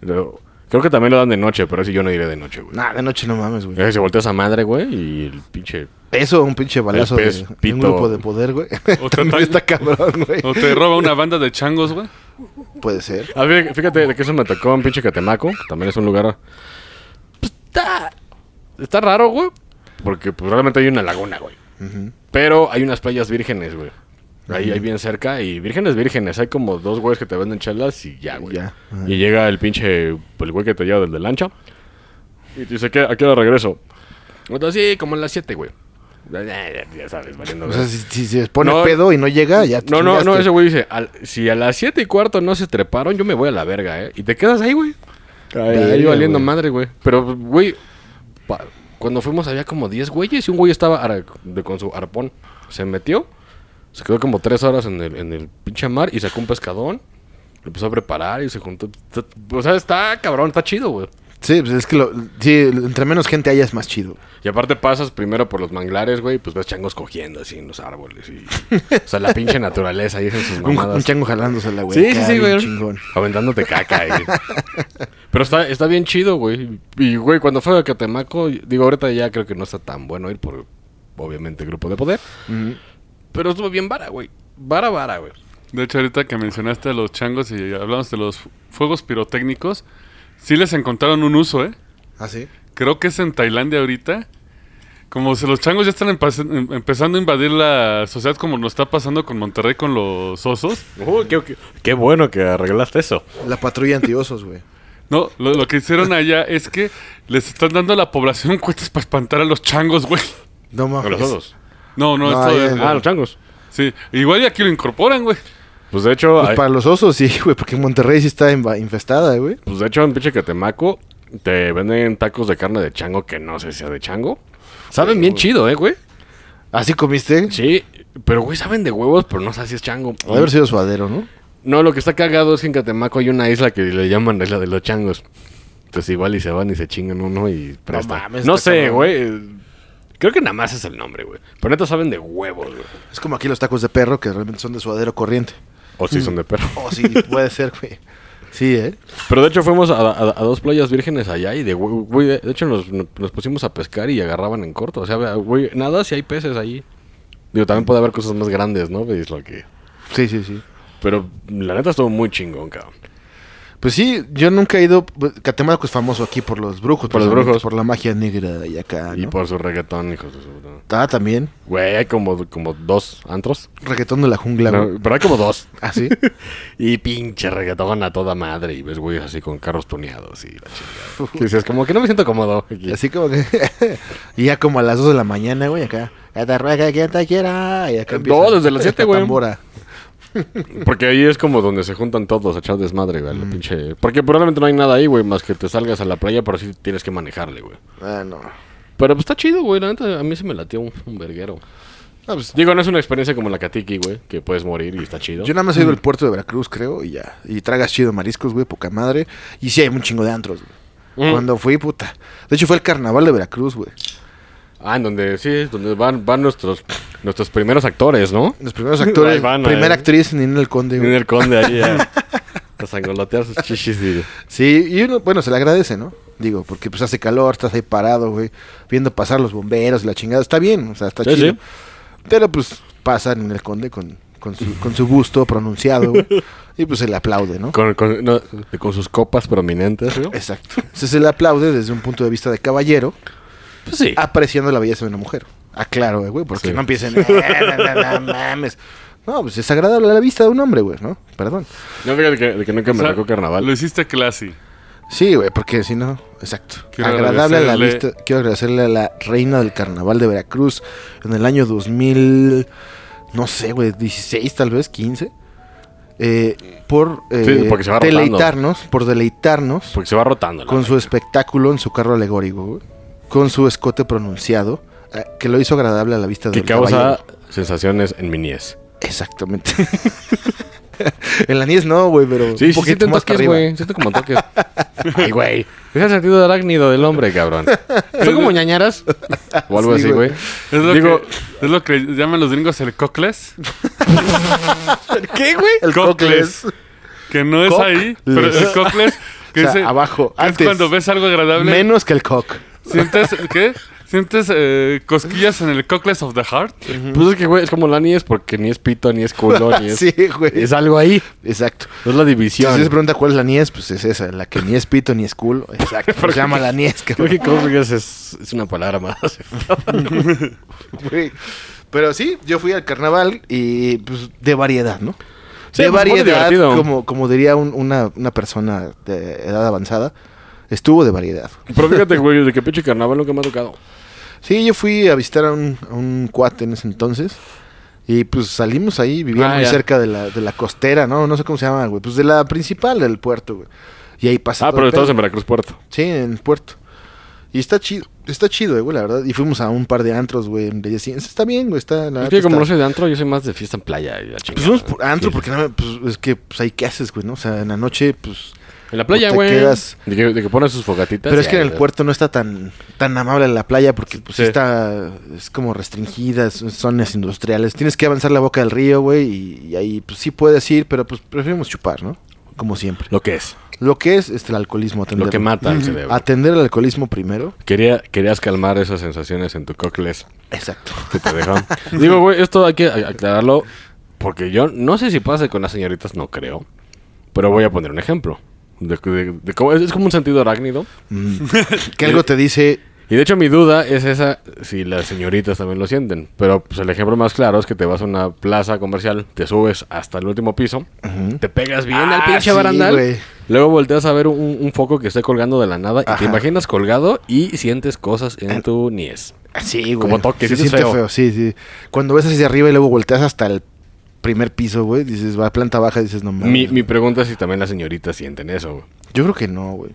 S2: Pero Creo que también lo dan de noche, pero eso yo no iré de noche, güey.
S1: Nah, de noche no mames, güey.
S2: Eh, Se voltea esa madre, güey, y el pinche...
S1: Eso, un pinche balazo
S2: pez,
S1: de, de
S2: pito.
S1: un grupo de poder, güey.
S3: O te
S1: También
S3: ataca-
S1: está cabrón, güey.
S3: O te roba una banda de changos, güey.
S1: Puede ser.
S2: A ver, Ah, fíjate de que eso me tocó en pinche Catemaco. que También es un lugar. pues, está. Está raro, güey. Porque pues, realmente hay una laguna, güey. Pero hay unas playas vírgenes, güey. Ahí, ahí bien cerca. Y vírgenes, vírgenes. Hay como dos güeyes que te venden chelas y ya, güey.
S1: Ya, ajá.
S2: Y llega el pinche. pues, el güey que te lleva desde lancha. Y te dice, ¿qué, ¿a qué hora regreso? Entonces, sí, como a las 7, güey. Ya, ya- ya sabes, valiendo.
S1: O
S2: verga.
S1: sea, si, si se pone
S2: No.
S1: pedo y no llega, ya te
S2: No, no, no,
S1: chingaste.
S2: ese güey dice, al- si a las 7 y cuarto no se treparon, yo me voy a la verga, ¿eh? Y te quedas ahí, güey. Ahí
S1: Verga,
S2: valiendo
S1: güey.
S2: madre, güey. Pero, güey, pa- cuando fuimos había como 10 güeyes y un güey estaba ara- de- con su arpón. Se metió, se quedó como 3 horas en el, en el pinche mar y sacó un pescadón. Lo empezó a preparar y se juntó. O sea, está cabrón, está chido, güey.
S1: Sí, pues es que lo- sí, entre menos gente haya es más chido.
S2: Y aparte pasas primero por los manglares, güey, pues ves changos cogiendo así en los árboles. Y, o sea, la pinche naturaleza ahí en sus
S1: Un,
S2: mamadas.
S1: un chango jalándosela, güey.
S2: Sí,
S1: acá,
S2: sí, sí,
S1: bien
S2: güey.
S1: chingón.
S2: Aventándote caca. eh. Pero está, está bien chido, güey. Y, güey, cuando fue a Catemaco, digo, ahorita ya creo que no está tan bueno ir por, obviamente, grupo de poder.
S1: Ujú.
S2: Pero estuvo bien vara, güey. Vara, vara, güey.
S3: De hecho, ahorita que mencionaste a los changos y hablamos de los fu- fuegos pirotécnicos, sí les encontraron un uso, ¿eh?
S1: ¿Ah, sí?
S3: Creo que es en Tailandia ahorita. Como se los changos ya están empas- em- empezando a invadir la sociedad como nos está pasando con Monterrey con los osos.
S2: Uy, qué, qué- qué bueno que arreglaste eso.
S1: La patrulla antiosos, güey.
S3: No, lo, lo que hicieron allá es que les están dando a la población cuentas para espantar a los changos, güey.
S1: No
S2: A
S1: mames.
S2: los osos.
S3: No, no,
S1: No,
S3: esto
S1: allá
S3: es-
S1: en-
S2: Ah, los changos.
S3: Sí, igual y aquí lo incorporan, güey.
S2: Pues de hecho,
S1: Pues
S2: hay-
S1: para los osos, sí, güey, porque Monterrey sí está inva- infestada, eh, güey.
S2: pues de hecho en pinche Catemaco te venden tacos de carne de chango que no sé si sea de chango. Saben bien chido, eh, güey.
S1: ¿Así comiste?
S2: Sí, pero güey, saben de huevos, pero no sé si es chango.
S1: Ha de haber sido suadero, ¿no?
S2: No, lo que está cagado es que en Catemaco hay una isla que le llaman la isla de los changos. Entonces igual y se van y se chingan uno y presta. No,
S1: mames, está
S2: sé,
S1: cabrón.
S2: güey. Creo que nada más es el nombre, güey. Pero neta saben de huevos, güey.
S1: Es como aquí los tacos de perro que realmente son de suadero corriente.
S2: O sí son de perro.
S1: Oh, sí, puede ser, güey. Sí, ¿eh?
S2: Pero de hecho fuimos a, a- a dos playas vírgenes allá y de hue- güey, de- de hecho nos, nos pusimos a pescar y agarraban en corto. O sea, güey, nada si hay peces ahí. Digo, también puede haber cosas más grandes, ¿no? Es lo que...
S1: Sí, sí, sí.
S2: Pero la neta estuvo muy chingón, cabrón.
S1: Pues sí, yo nunca he ido. Catemaco es famoso aquí por los brujos.
S2: Por los
S1: precisamente,
S2: brujos.
S1: Por la magia negra y acá.
S2: Y
S1: Ah, ¿no?
S2: por su reggaetón, hijos de su... puta madre.
S1: Ah, también.
S2: Güey, hay como, como dos antros.
S1: Reggaetón de la jungla, güey.
S2: No, pero hay como dos.
S1: ¿Ah, sí?
S2: Y pinche reggaetón a toda madre. Y ves, güey, así con carros tuneados y la chingada. Que dices, como que no me siento cómodo. aquí.
S1: Así como que. y ya como a las 2 de la mañana, güey, acá. "Que te ruegue quien te quiera. Y acá
S2: No,
S1: empieza
S2: desde las
S1: la
S2: siete, güey.
S1: tambora.
S2: Porque ahí es como donde se juntan todos a echar desmadre, güey. al
S1: Mm.
S2: pinche... Porque probablemente no hay nada ahí, güey, más que te salgas a la playa, pero sí tienes que manejarle, güey.
S1: Ah, no.
S2: Pero pues está chido, güey. La neta, a mí se me latió un, un verguero.
S1: No, pues,
S2: Digo, no es una experiencia como la Katiki, güey, que puedes morir y está chido.
S1: yo nada más he ido al puerto de Veracruz, creo, y ya. Y tragas chido mariscos, güey, poca madre. Y sí, hay un chingo de antros, güey.
S2: Mm.
S1: Cuando fui, puta. De hecho, fue el carnaval de Veracruz, güey.
S2: Ah, en donde sí, es donde van, van nuestros, nuestros primeros actores, ¿no?
S1: Los primeros
S2: Ahí
S1: actores.
S2: van,
S1: primera
S2: eh.
S1: actriz, Ninel Conde, güey.
S2: En el conde ahí a, a sangolotear sus chichis y...
S1: Sí, y uno, bueno, se le agradece, ¿no? Digo, porque pues hace calor, estás ahí parado, güey, viendo pasar los bomberos, y la chingada, está bien, o sea, está
S2: Sí,
S1: chido.
S2: sí.
S1: Pero pues pasan en el conde con, con, su, con su busto pronunciado, güey, y pues se le aplaude, ¿no?
S2: Con, con- no, con sus copas prominentes, ¿no?
S1: Exacto. Entonces, se le aplaude desde un punto de vista de caballero,
S2: Pues sí.
S1: apreciando la belleza de una mujer. Aclaro, eh, güey, porque
S2: Sí.
S1: no empiecen, "Eh, no, no, no, mames. No, pues es agradable a la vista de un hombre, güey, ¿no? Perdón.
S2: No, fíjate que, de que nunca
S3: O
S2: me
S3: sea,
S2: tocó carnaval.
S3: Lo hiciste classy.
S1: Sí, güey, porque si no, exacto.
S3: Quiero
S1: Agradable a la
S3: agradecerle-
S1: vista. Quiero agradecerle a la reina del carnaval de Veracruz en el año 2000, no sé, güey, 16 tal vez, 15. eh, por eh,
S2: porque se va rotando.
S1: deleitarnos, por deleitarnos
S2: Porque se va rotando. la
S1: con su
S2: verdad.
S1: espectáculo en su carro alegórico, güey, con su escote pronunciado, eh, que lo hizo agradable a la vista
S2: Que
S1: del
S2: causa
S1: caballero.
S2: sensaciones en mi niez.
S1: Exactamente. en la niez no, güey, pero
S2: Sí,
S1: un
S2: sí,
S1: poquito
S2: sienten
S1: más para
S2: toques,
S1: arriba.
S2: güey. Siento como toques. Ay, güey. Es el sentido de arácnido del hombre, cabrón. ¿Son como ñañaras? O algo
S1: Sí,
S2: así,
S1: güey.
S2: güey.
S3: Es lo,
S2: Digo-
S3: que, es lo que llaman los gringos el cocles.
S2: ¿Qué, güey?
S1: El
S3: Cocles.
S1: cocles.
S3: Que no es
S1: Cock
S3: ahí, pero
S1: les.
S3: el cocles. Que
S1: O sea,
S3: es,
S1: abajo,
S3: que es
S1: antes.
S3: cuando ves algo agradable.
S1: Menos que el cock.
S3: ¿Sientes qué? ¿Sientes eh, cosquillas en el cocles of the heart?
S2: Pues es que, güey, es como la niez porque ni es pito, ni es culo, ni es...
S1: Sí, güey.
S2: Es algo ahí.
S1: Exacto.
S2: No es la
S1: Si
S2: división.
S1: se pregunta cuál es la niez, pues es esa, la que ni es pito ni es culo. Exacto. Se llama la niez,
S2: Creo
S1: cabrón.
S2: que cómicas es, es una palabra más.
S1: Güey. Pero sí, yo fui al carnaval y pues de variedad, ¿no?
S2: Sí,
S1: de
S2: pues, estuvo
S1: variedad,
S2: divertido.
S1: como, como diría un- una, una persona de edad avanzada, estuvo de variedad.
S2: Pero fíjate, güey, de que pinche carnaval nunca me ha tocado.
S1: Pues Sí, yo fui a visitar a un, a un cuate en ese entonces. Y pues salimos ahí, vivíamos
S2: Ah,
S1: muy
S2: ya.
S1: cerca de la, de la costera, ¿no? No sé cómo se llama, güey. Pues de la principal del puerto, güey. Y ahí pasa.
S2: Ah,
S1: todo
S2: pero
S1: el
S2: estabas
S1: pedo.
S2: en Veracruz Puerto.
S1: Sí, en Puerto. Y está chido, está chido, eh, güey, la verdad. Y fuimos a un par de antros, güey, en Bella Ciencia. Está bien, güey, está... La
S2: Es
S1: neta
S2: que como no
S1: está-
S2: soy de antro, yo soy más de fiesta en playa. y la
S1: Pues
S2: chingada.
S1: fuimos por antro
S2: Sí.
S1: porque no, me- pues, es que, pues, ahí qué haces, güey, ¿no? O sea, en la noche, pues,
S2: En la playa,
S1: te
S2: güey.
S1: quedas-
S2: De que, de que pones sus fogatitas.
S1: Pero es que
S2: ya,
S1: en el
S2: ya.
S1: puerto no está tan, tan amable la playa porque pues,
S2: Sí.
S1: está es como restringidas, son zonas industriales. Tienes que avanzar la boca del río, güey, y, y ahí pues sí puedes ir, pero pues preferimos chupar, ¿no? Como siempre.
S2: Lo que es.
S1: Lo que es este, el alcoholismo, atenderlo.
S2: Lo que mata al cerebro.
S1: Atender el alcoholismo primero.
S2: Quería, querías calmar esas sensaciones en tu cocles
S1: Exacto.
S2: que te dejan. Digo, güey, esto hay que a- aclararlo porque yo no sé si pasa con las señoritas, no creo. Pero voy a poner un ejemplo. De- de- de cómo- es, es como un sentido arácnido.
S1: Mm. que algo te dice,
S2: Y de hecho mi duda es esa, si las señoritas también lo sienten. Pero pues, el ejemplo más claro es que te vas a una plaza comercial, te subes hasta el último piso, te pegas bien al
S1: Ah, sí,
S2: pinche barandal,
S1: güey.
S2: luego volteas a ver un, un foco que esté colgando de la nada y te
S1: Ajá.
S2: imaginas colgado y sientes cosas en tu niez.
S1: así, güey.
S2: Como toque,
S1: se
S2: sientes
S1: siente
S2: feo.
S1: feo. Sí, sí. Cuando ves hacia arriba y luego volteas hasta el primer piso, güey, dices, va a planta baja, dices, no mames.
S2: Mi, mi pregunta es si también las señoritas sienten eso. güey.
S1: Yo creo que no, güey.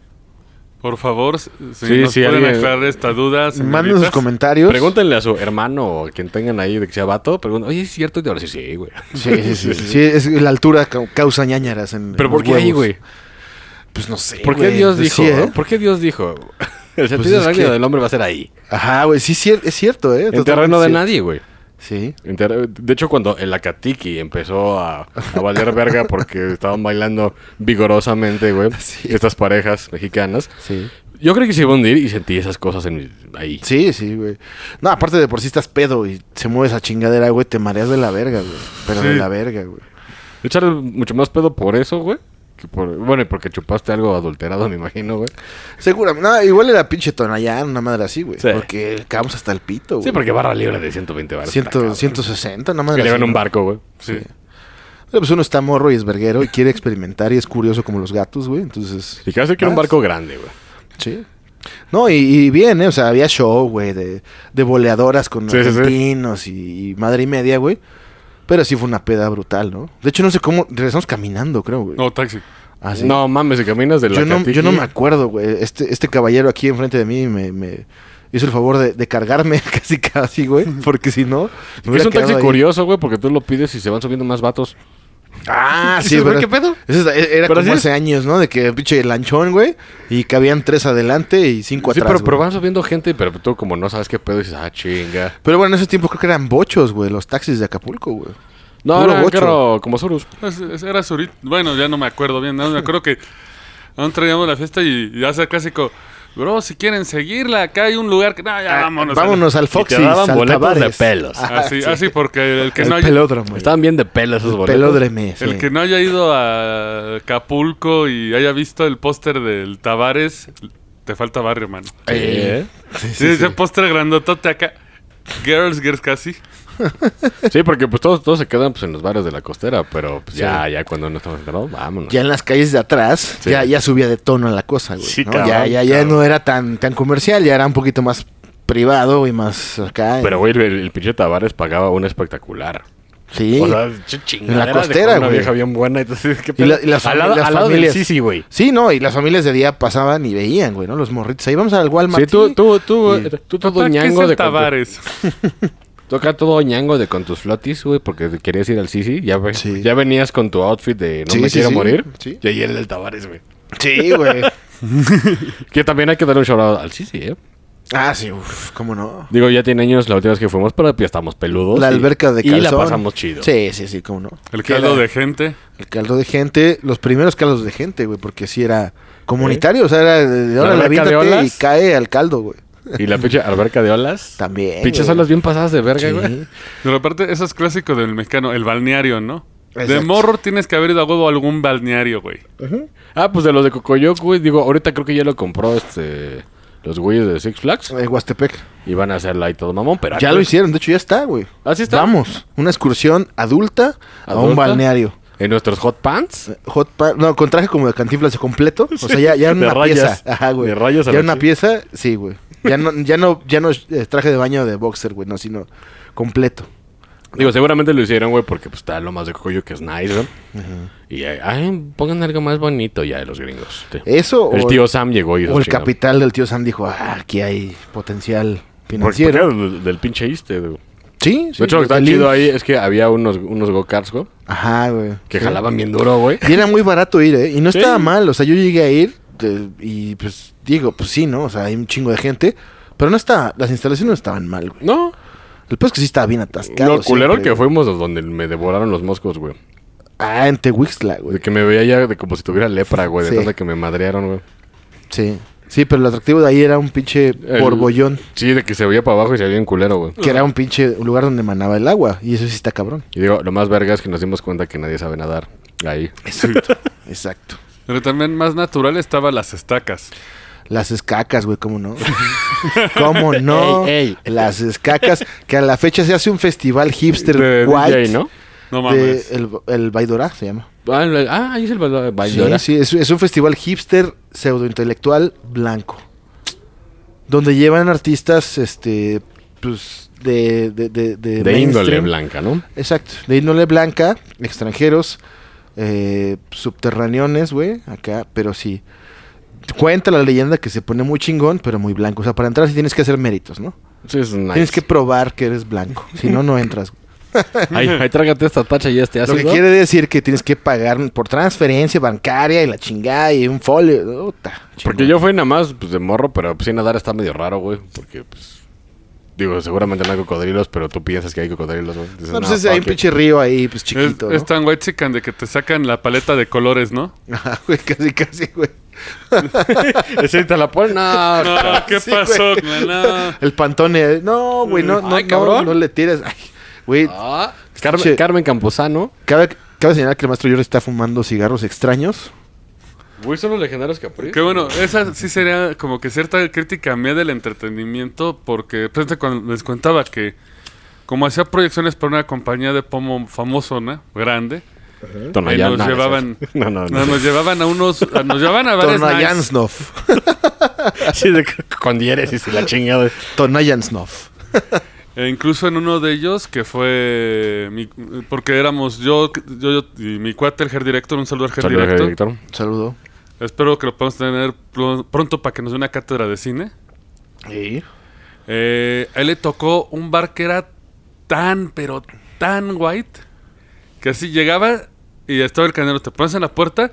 S3: Por favor, si
S2: Sí,
S3: nos
S2: sí,
S3: pueden
S2: alguien-
S3: aclarar esta duda,
S1: Manden sus
S3: señoritas.
S1: comentarios.
S2: Pregúntenle a su hermano o a quien tengan ahí de que sea vato, pregunten, oye, ¿es cierto? Y te van a decir, sí, güey.
S1: Sí, sí, sí. sí, es, la altura cau- causa ñañaras en
S2: Pero
S1: en
S2: ¿por
S1: los
S2: qué ahí,
S1: huevos.
S2: güey?
S1: Pues no sé,
S2: ¿Por qué
S1: güey.
S2: Dios
S1: Pues
S2: dijo?
S1: sí, ¿eh? Pues
S2: ¿Por qué Dios dijo? El sentido
S1: es
S2: arácnido
S1: que-
S2: del hombre va a ser ahí.
S1: Ajá, güey, sí cier- es cierto, ¿eh?
S2: En terreno de
S1: Totalmente
S2: nadie, güey.
S1: cier- Sí.
S2: En ter- De hecho, cuando el Acatiki empezó a, a valer verga porque estaban bailando vigorosamente, güey,
S1: Sí.
S2: estas parejas mexicanas,
S1: Sí.
S2: yo creo que se iba a hundir y sentí esas cosas en mi- ahí.
S1: Sí, sí, güey. No, aparte de por si estás pedo y se mueve esa chingadera, güey, te mareas de la verga, güey. Pero de
S3: Sí.
S1: la verga, güey.
S2: Echar mucho más pedo por eso, güey. que por- Bueno, y porque chupaste algo adulterado, me imagino, güey.
S1: Seguramente. No, igual era pinche Tonayán, una madre así, güey.
S2: Sí.
S1: Porque acabamos hasta el pito, güey.
S2: Sí, porque barra libre de 120 baros.
S1: Ciento-
S2: está cabrón.
S1: 160, una madre
S2: Que le
S1: así,
S2: en un
S1: ¿no?
S2: barco, güey.
S3: Sí.
S1: Pero pues uno está morro y es verguero y quiere experimentar y es curioso como los gatos, güey. Entonces.
S2: Y cada vez que era un
S1: vas.
S2: barco grande, güey.
S1: Sí. No, y, y bien, ¿eh? O sea, había show, güey, de, de boleadoras con
S2: Sí, sí, sí.
S1: argentinos y, y madre y media, güey. Pero sí fue una peda brutal, ¿no? De hecho, no sé cómo. Regresamos caminando, creo, güey.
S3: No, taxi.
S1: Ah, sí.
S2: No mames, si caminas de la
S1: yo, no, yo no me
S2: Acatiki-
S1: acuerdo, güey. Este, este caballero aquí enfrente de mí me, me hizo el favor de, de cargarme casi, casi, güey. Porque si no. me
S2: Es
S1: hubiera
S2: un taxi
S1: quedado ahí.
S2: curioso, güey, porque tú lo pides y se van subiendo más vatos.
S1: Ah, sí,
S2: Dices, güey,
S1: pero-
S2: ¿qué pedo?
S1: Ese es- e, era como
S2: Pero así es.
S1: hace años, ¿no? De que pinche lanchón, güey. Y cabían tres adelante y cinco
S2: sí,
S1: atrás.
S2: pero, pero
S1: güey.
S2: van subiendo gente, pero tú como no sabes qué pedo, dices, ah, chinga.
S1: Pero bueno, en ese tiempo creo que eran bochos, güey, los taxis de Acapulco, güey.
S2: No,
S1: Puro
S2: era un
S1: bocho.
S2: carro como Surus.
S3: Es- es- Era Zurito. Bueno, ya no me acuerdo bien. nada más me acuerdo que aún traíamos la fiesta y y ya sea clásico. Bro, si quieren seguirla, acá hay un lugar que. No, ya
S1: Ah,
S3: vámonos.
S1: vámonos al Foxy.
S2: y te daban boletos de
S1: Saltabares.
S2: pelos.
S1: Ah,
S3: Así,
S1: sí.
S3: así, porque el que
S1: el
S3: no haya,
S1: pelódromo. güey.
S2: Estaban bien de pelos esos boletos.
S1: Pelódreme.
S3: el
S1: sí.
S3: que no haya ido a Acapulco y haya visto el póster del Tavares, te falta barrio, mano.
S2: Sí, ¿eh?
S1: Sí, sí,
S3: Sí, ese
S1: sí.
S3: póster grandotote acá. Girls, girls casi.
S2: Sí, porque pues todos, todos se quedan pues en los bares de la costera, pero pues, ya, ya cuando no estamos enterados, vámonos.
S1: Ya en las calles de atrás,
S2: Sí.
S1: ya, ya subía de tono la cosa, güey.
S2: Sí,
S1: ¿no?
S2: cabrón,
S1: ya ya, ya
S2: cabrón.
S1: no era tan, tan comercial, ya era un poquito más privado y más acá.
S2: Pero güey, el, el pinche Tavares pagaba un espectacular.
S1: sí.
S2: O sea, ch- chingadera
S1: En la costera,
S2: de con una
S1: güey.
S2: vieja bien buena. Entonces, ¿qué
S1: y,
S2: pedo?
S1: la- y las,
S2: al
S1: fami-
S2: lado,
S1: las
S2: al lado del
S1: familias.
S2: Sisi, güey.
S1: Sí, no, y las familias de día pasaban y veían, güey, ¿no? Los morritos. Ahí vamos al Walmart.
S2: Sí, tú,
S1: sí.
S2: tú, tú, eh,
S1: Y-
S2: tú
S3: Papá,
S2: todo
S3: ¿Qué es
S2: ñango
S3: el
S2: de con tu-
S3: Tavares?
S2: Toca todo ñango de con tus flotis, güey, porque te querías ir al Sisi. Ya, ve-
S1: Sí.
S2: ya venías con tu outfit de no
S1: Sí,
S2: me
S1: sí,
S2: quiero
S1: sí.
S2: morir.
S1: Sí.
S2: Y ahí el del Tavares, güey.
S1: Sí, güey.
S2: Que también hay que darle un shout out al Sisi, ¿eh?
S1: ah, sí, uff, cómo no.
S2: Digo, ya tiene años la última vez que fuimos, pero ya estamos peludos.
S1: La
S2: y-
S1: alberca de calzón.
S2: Y la pasamos chido.
S1: Sí, sí, sí, cómo no.
S3: El
S1: Que
S3: caldo
S1: era-
S3: de gente.
S1: El caldo de gente, los primeros caldos de gente, güey, porque sí era comunitario, o sea, era de de
S2: ¿La
S1: ahora la
S2: alberca de
S1: aviéntate y
S2: olas?
S1: cae al caldo, güey.
S2: Y la pinche alberca de olas.
S1: También.
S2: Pinches
S1: güey.
S2: olas bien pasadas de verga,
S1: Sí.
S2: güey.
S3: Pero aparte, eso es clásico del mexicano, el balneario, ¿no? De
S1: Exacto.
S3: morro tienes que haber ido a huevo a algún balneario, güey.
S2: Ah, pues de los de Cocoyoc, güey. Digo, ahorita creo que ya lo compró este. Los güeyes de Six Flags.
S1: Eh, Huastepec.
S2: Y van a hacerla ahí todo mamón, pero.
S1: Ya
S2: aquí-
S1: lo hicieron, de hecho ya está, güey.
S2: ¿Ah, sí está?
S1: Vamos, una excursión adulta, a un
S2: ¿Adulta?
S1: balneario.
S2: En nuestros hot pants.
S1: Hot pa- no, con traje como de cantinflas de completo, o sea, ya, ya era
S2: De
S1: una
S2: rayas.
S1: pieza. Ajá, güey.
S2: De rayas a
S1: ya
S2: la
S1: era una
S2: chi-
S1: pieza, sí, güey. Ya no ya no ya no eh, traje de baño de boxer, güey, no, sino completo.
S2: Digo, seguramente lo hicieron, güey, porque pues está lo más de Cocoyoc que es nice, güey. Y ahí, ay, pongan algo más bonito ya de los gringos. Sí.
S1: Eso
S2: El
S1: o-
S2: tío Sam llegó y
S1: O el
S2: chingado.
S1: capital del tío Sam dijo, ah, aquí hay potencial
S2: Porque
S1: financiero.
S2: era del, del pinche East, eh, güey.
S1: Sí, sí.
S2: de hecho, lo que estaba
S1: feliz.
S2: chido ahí es que había unos, unos go-karts, güey,
S1: Ajá, güey.
S2: que
S1: Sí.
S2: jalaban bien duro, güey.
S1: Y era muy barato ir, ¿eh? Y no
S2: Sí.
S1: estaba mal. O sea, yo llegué a ir de- y pues digo, pues sí, ¿no? O sea, hay un chingo de gente. Pero no está, las instalaciones no estaban mal, güey.
S2: No,
S1: El peor es que sí estaba bien atascado.
S2: lo culero
S1: siempre,
S2: que
S1: güey.
S2: fuimos donde me devoraron los moscos, güey.
S1: Ah, en Tehuixtla,
S2: De
S1: güey.
S2: que me veía ya de como si tuviera lepra, güey, de
S1: Sí.
S2: tanta que me madrearon, güey.
S1: Sí. Sí, pero el atractivo de ahí era un pinche
S2: El- Ah.
S1: borbollón.
S2: Sí, de que se veía para abajo y se veía un culero, güey.
S1: Que era un pinche lugar donde manaba el agua. Y eso sí está cabrón.
S2: Y digo, lo más verga es que nos dimos cuenta que nadie sabe nadar ahí.
S1: Exacto. Exacto.
S3: Pero también más natural estaba las estacas.
S1: Las escacas, güey, ¿cómo no? ¿Cómo no?
S2: Ey, ey.
S1: Las escacas, que a la fecha se hace un festival hipster
S2: De
S1: white.
S2: DJ, ¿no?
S3: No
S1: de
S3: mames.
S1: el, el Baidora se llama.
S2: Ah, el- ah, ahí es el baila- bailadora.
S1: Sí, sí, es, es un festival hipster pseudointelectual blanco. Donde llevan artistas, este, pues, de... De, de, de
S2: De índole
S1: mainstream.
S2: blanca, ¿no?
S1: Exacto, de índole blanca, extranjeros, eh, subterráneos, güey, acá, pero sí. Cuenta la leyenda que se pone muy chingón, pero muy blanco. O sea, para entrar sí tienes que hacer méritos, ¿no?
S2: Sí, es nice.
S1: Tienes que probar que eres blanco. Si no, no entras.
S2: Ahí, ahí trágate esta tacha y este
S1: Lo
S2: ácido.
S1: que quiere decir que tienes que pagar por transferencia bancaria y la chingada y un folio. Puta,
S2: Porque
S1: chingón.
S2: yo fui nada más pues, de morro, pero pues, sin nadar está medio raro, güey. Porque, pues. Digo, seguramente no hay cocodrilos, pero tú piensas que hay cocodrilos, güey. Dices,
S1: No, pues
S2: "No,
S1: es- hay un
S2: fuck it".
S1: pinche río ahí, pues
S3: Es,
S1: chiquito.
S3: es tan white chican de que te sacan la paleta de colores, ¿no?
S1: ¿no? Ajá, güey, casi, casi, güey.
S2: Ese te la ponen. No,
S3: No,
S2: no.
S3: ¿qué
S1: Ah, sí,
S3: pasó?
S1: güey.
S3: güey? No.
S1: El pantone. eh, No, güey, no, no,
S2: Ay,
S1: no,
S2: cabrón.
S1: no le tires. Ay, güey,
S2: Ah, Carmen,
S1: Che.
S2: Carmen Camposano.
S1: Cabe, cabe señalar que el maestro Jordi está fumando cigarros extraños.
S2: Güey, son los legendarios Capri.
S3: Que bueno, esa sí sería como que cierta crítica mía del entretenimiento, porque pues, te cuan- les contaba que como hacía proyecciones para una compañía de pomo famoso, ¿no? Grande, Ahí
S2: Tonayán. no,
S3: nos llevaban- Ah,
S2: ese es- No, no, no.
S3: nos llevaban a unos, a- nos llevaban a bares nice.
S1: Tonayansnov.
S2: Sí, de que- con dieres y se la chingada.
S1: Tonayansnov.
S3: E incluso en uno de ellos, que fue. mi- porque éramos yo, yo, yo y mi cuate, el Ger Director. Un saludo al Ger
S2: Saludos,
S3: Director.
S2: director.
S1: Un saludo.
S3: Espero que lo podamos tener pl- pronto para que nos dé una cátedra de cine. Eh, a él le tocó un bar que era tan, pero tan white, que así llegaba y estaba el cadenero. Te pones en la puerta,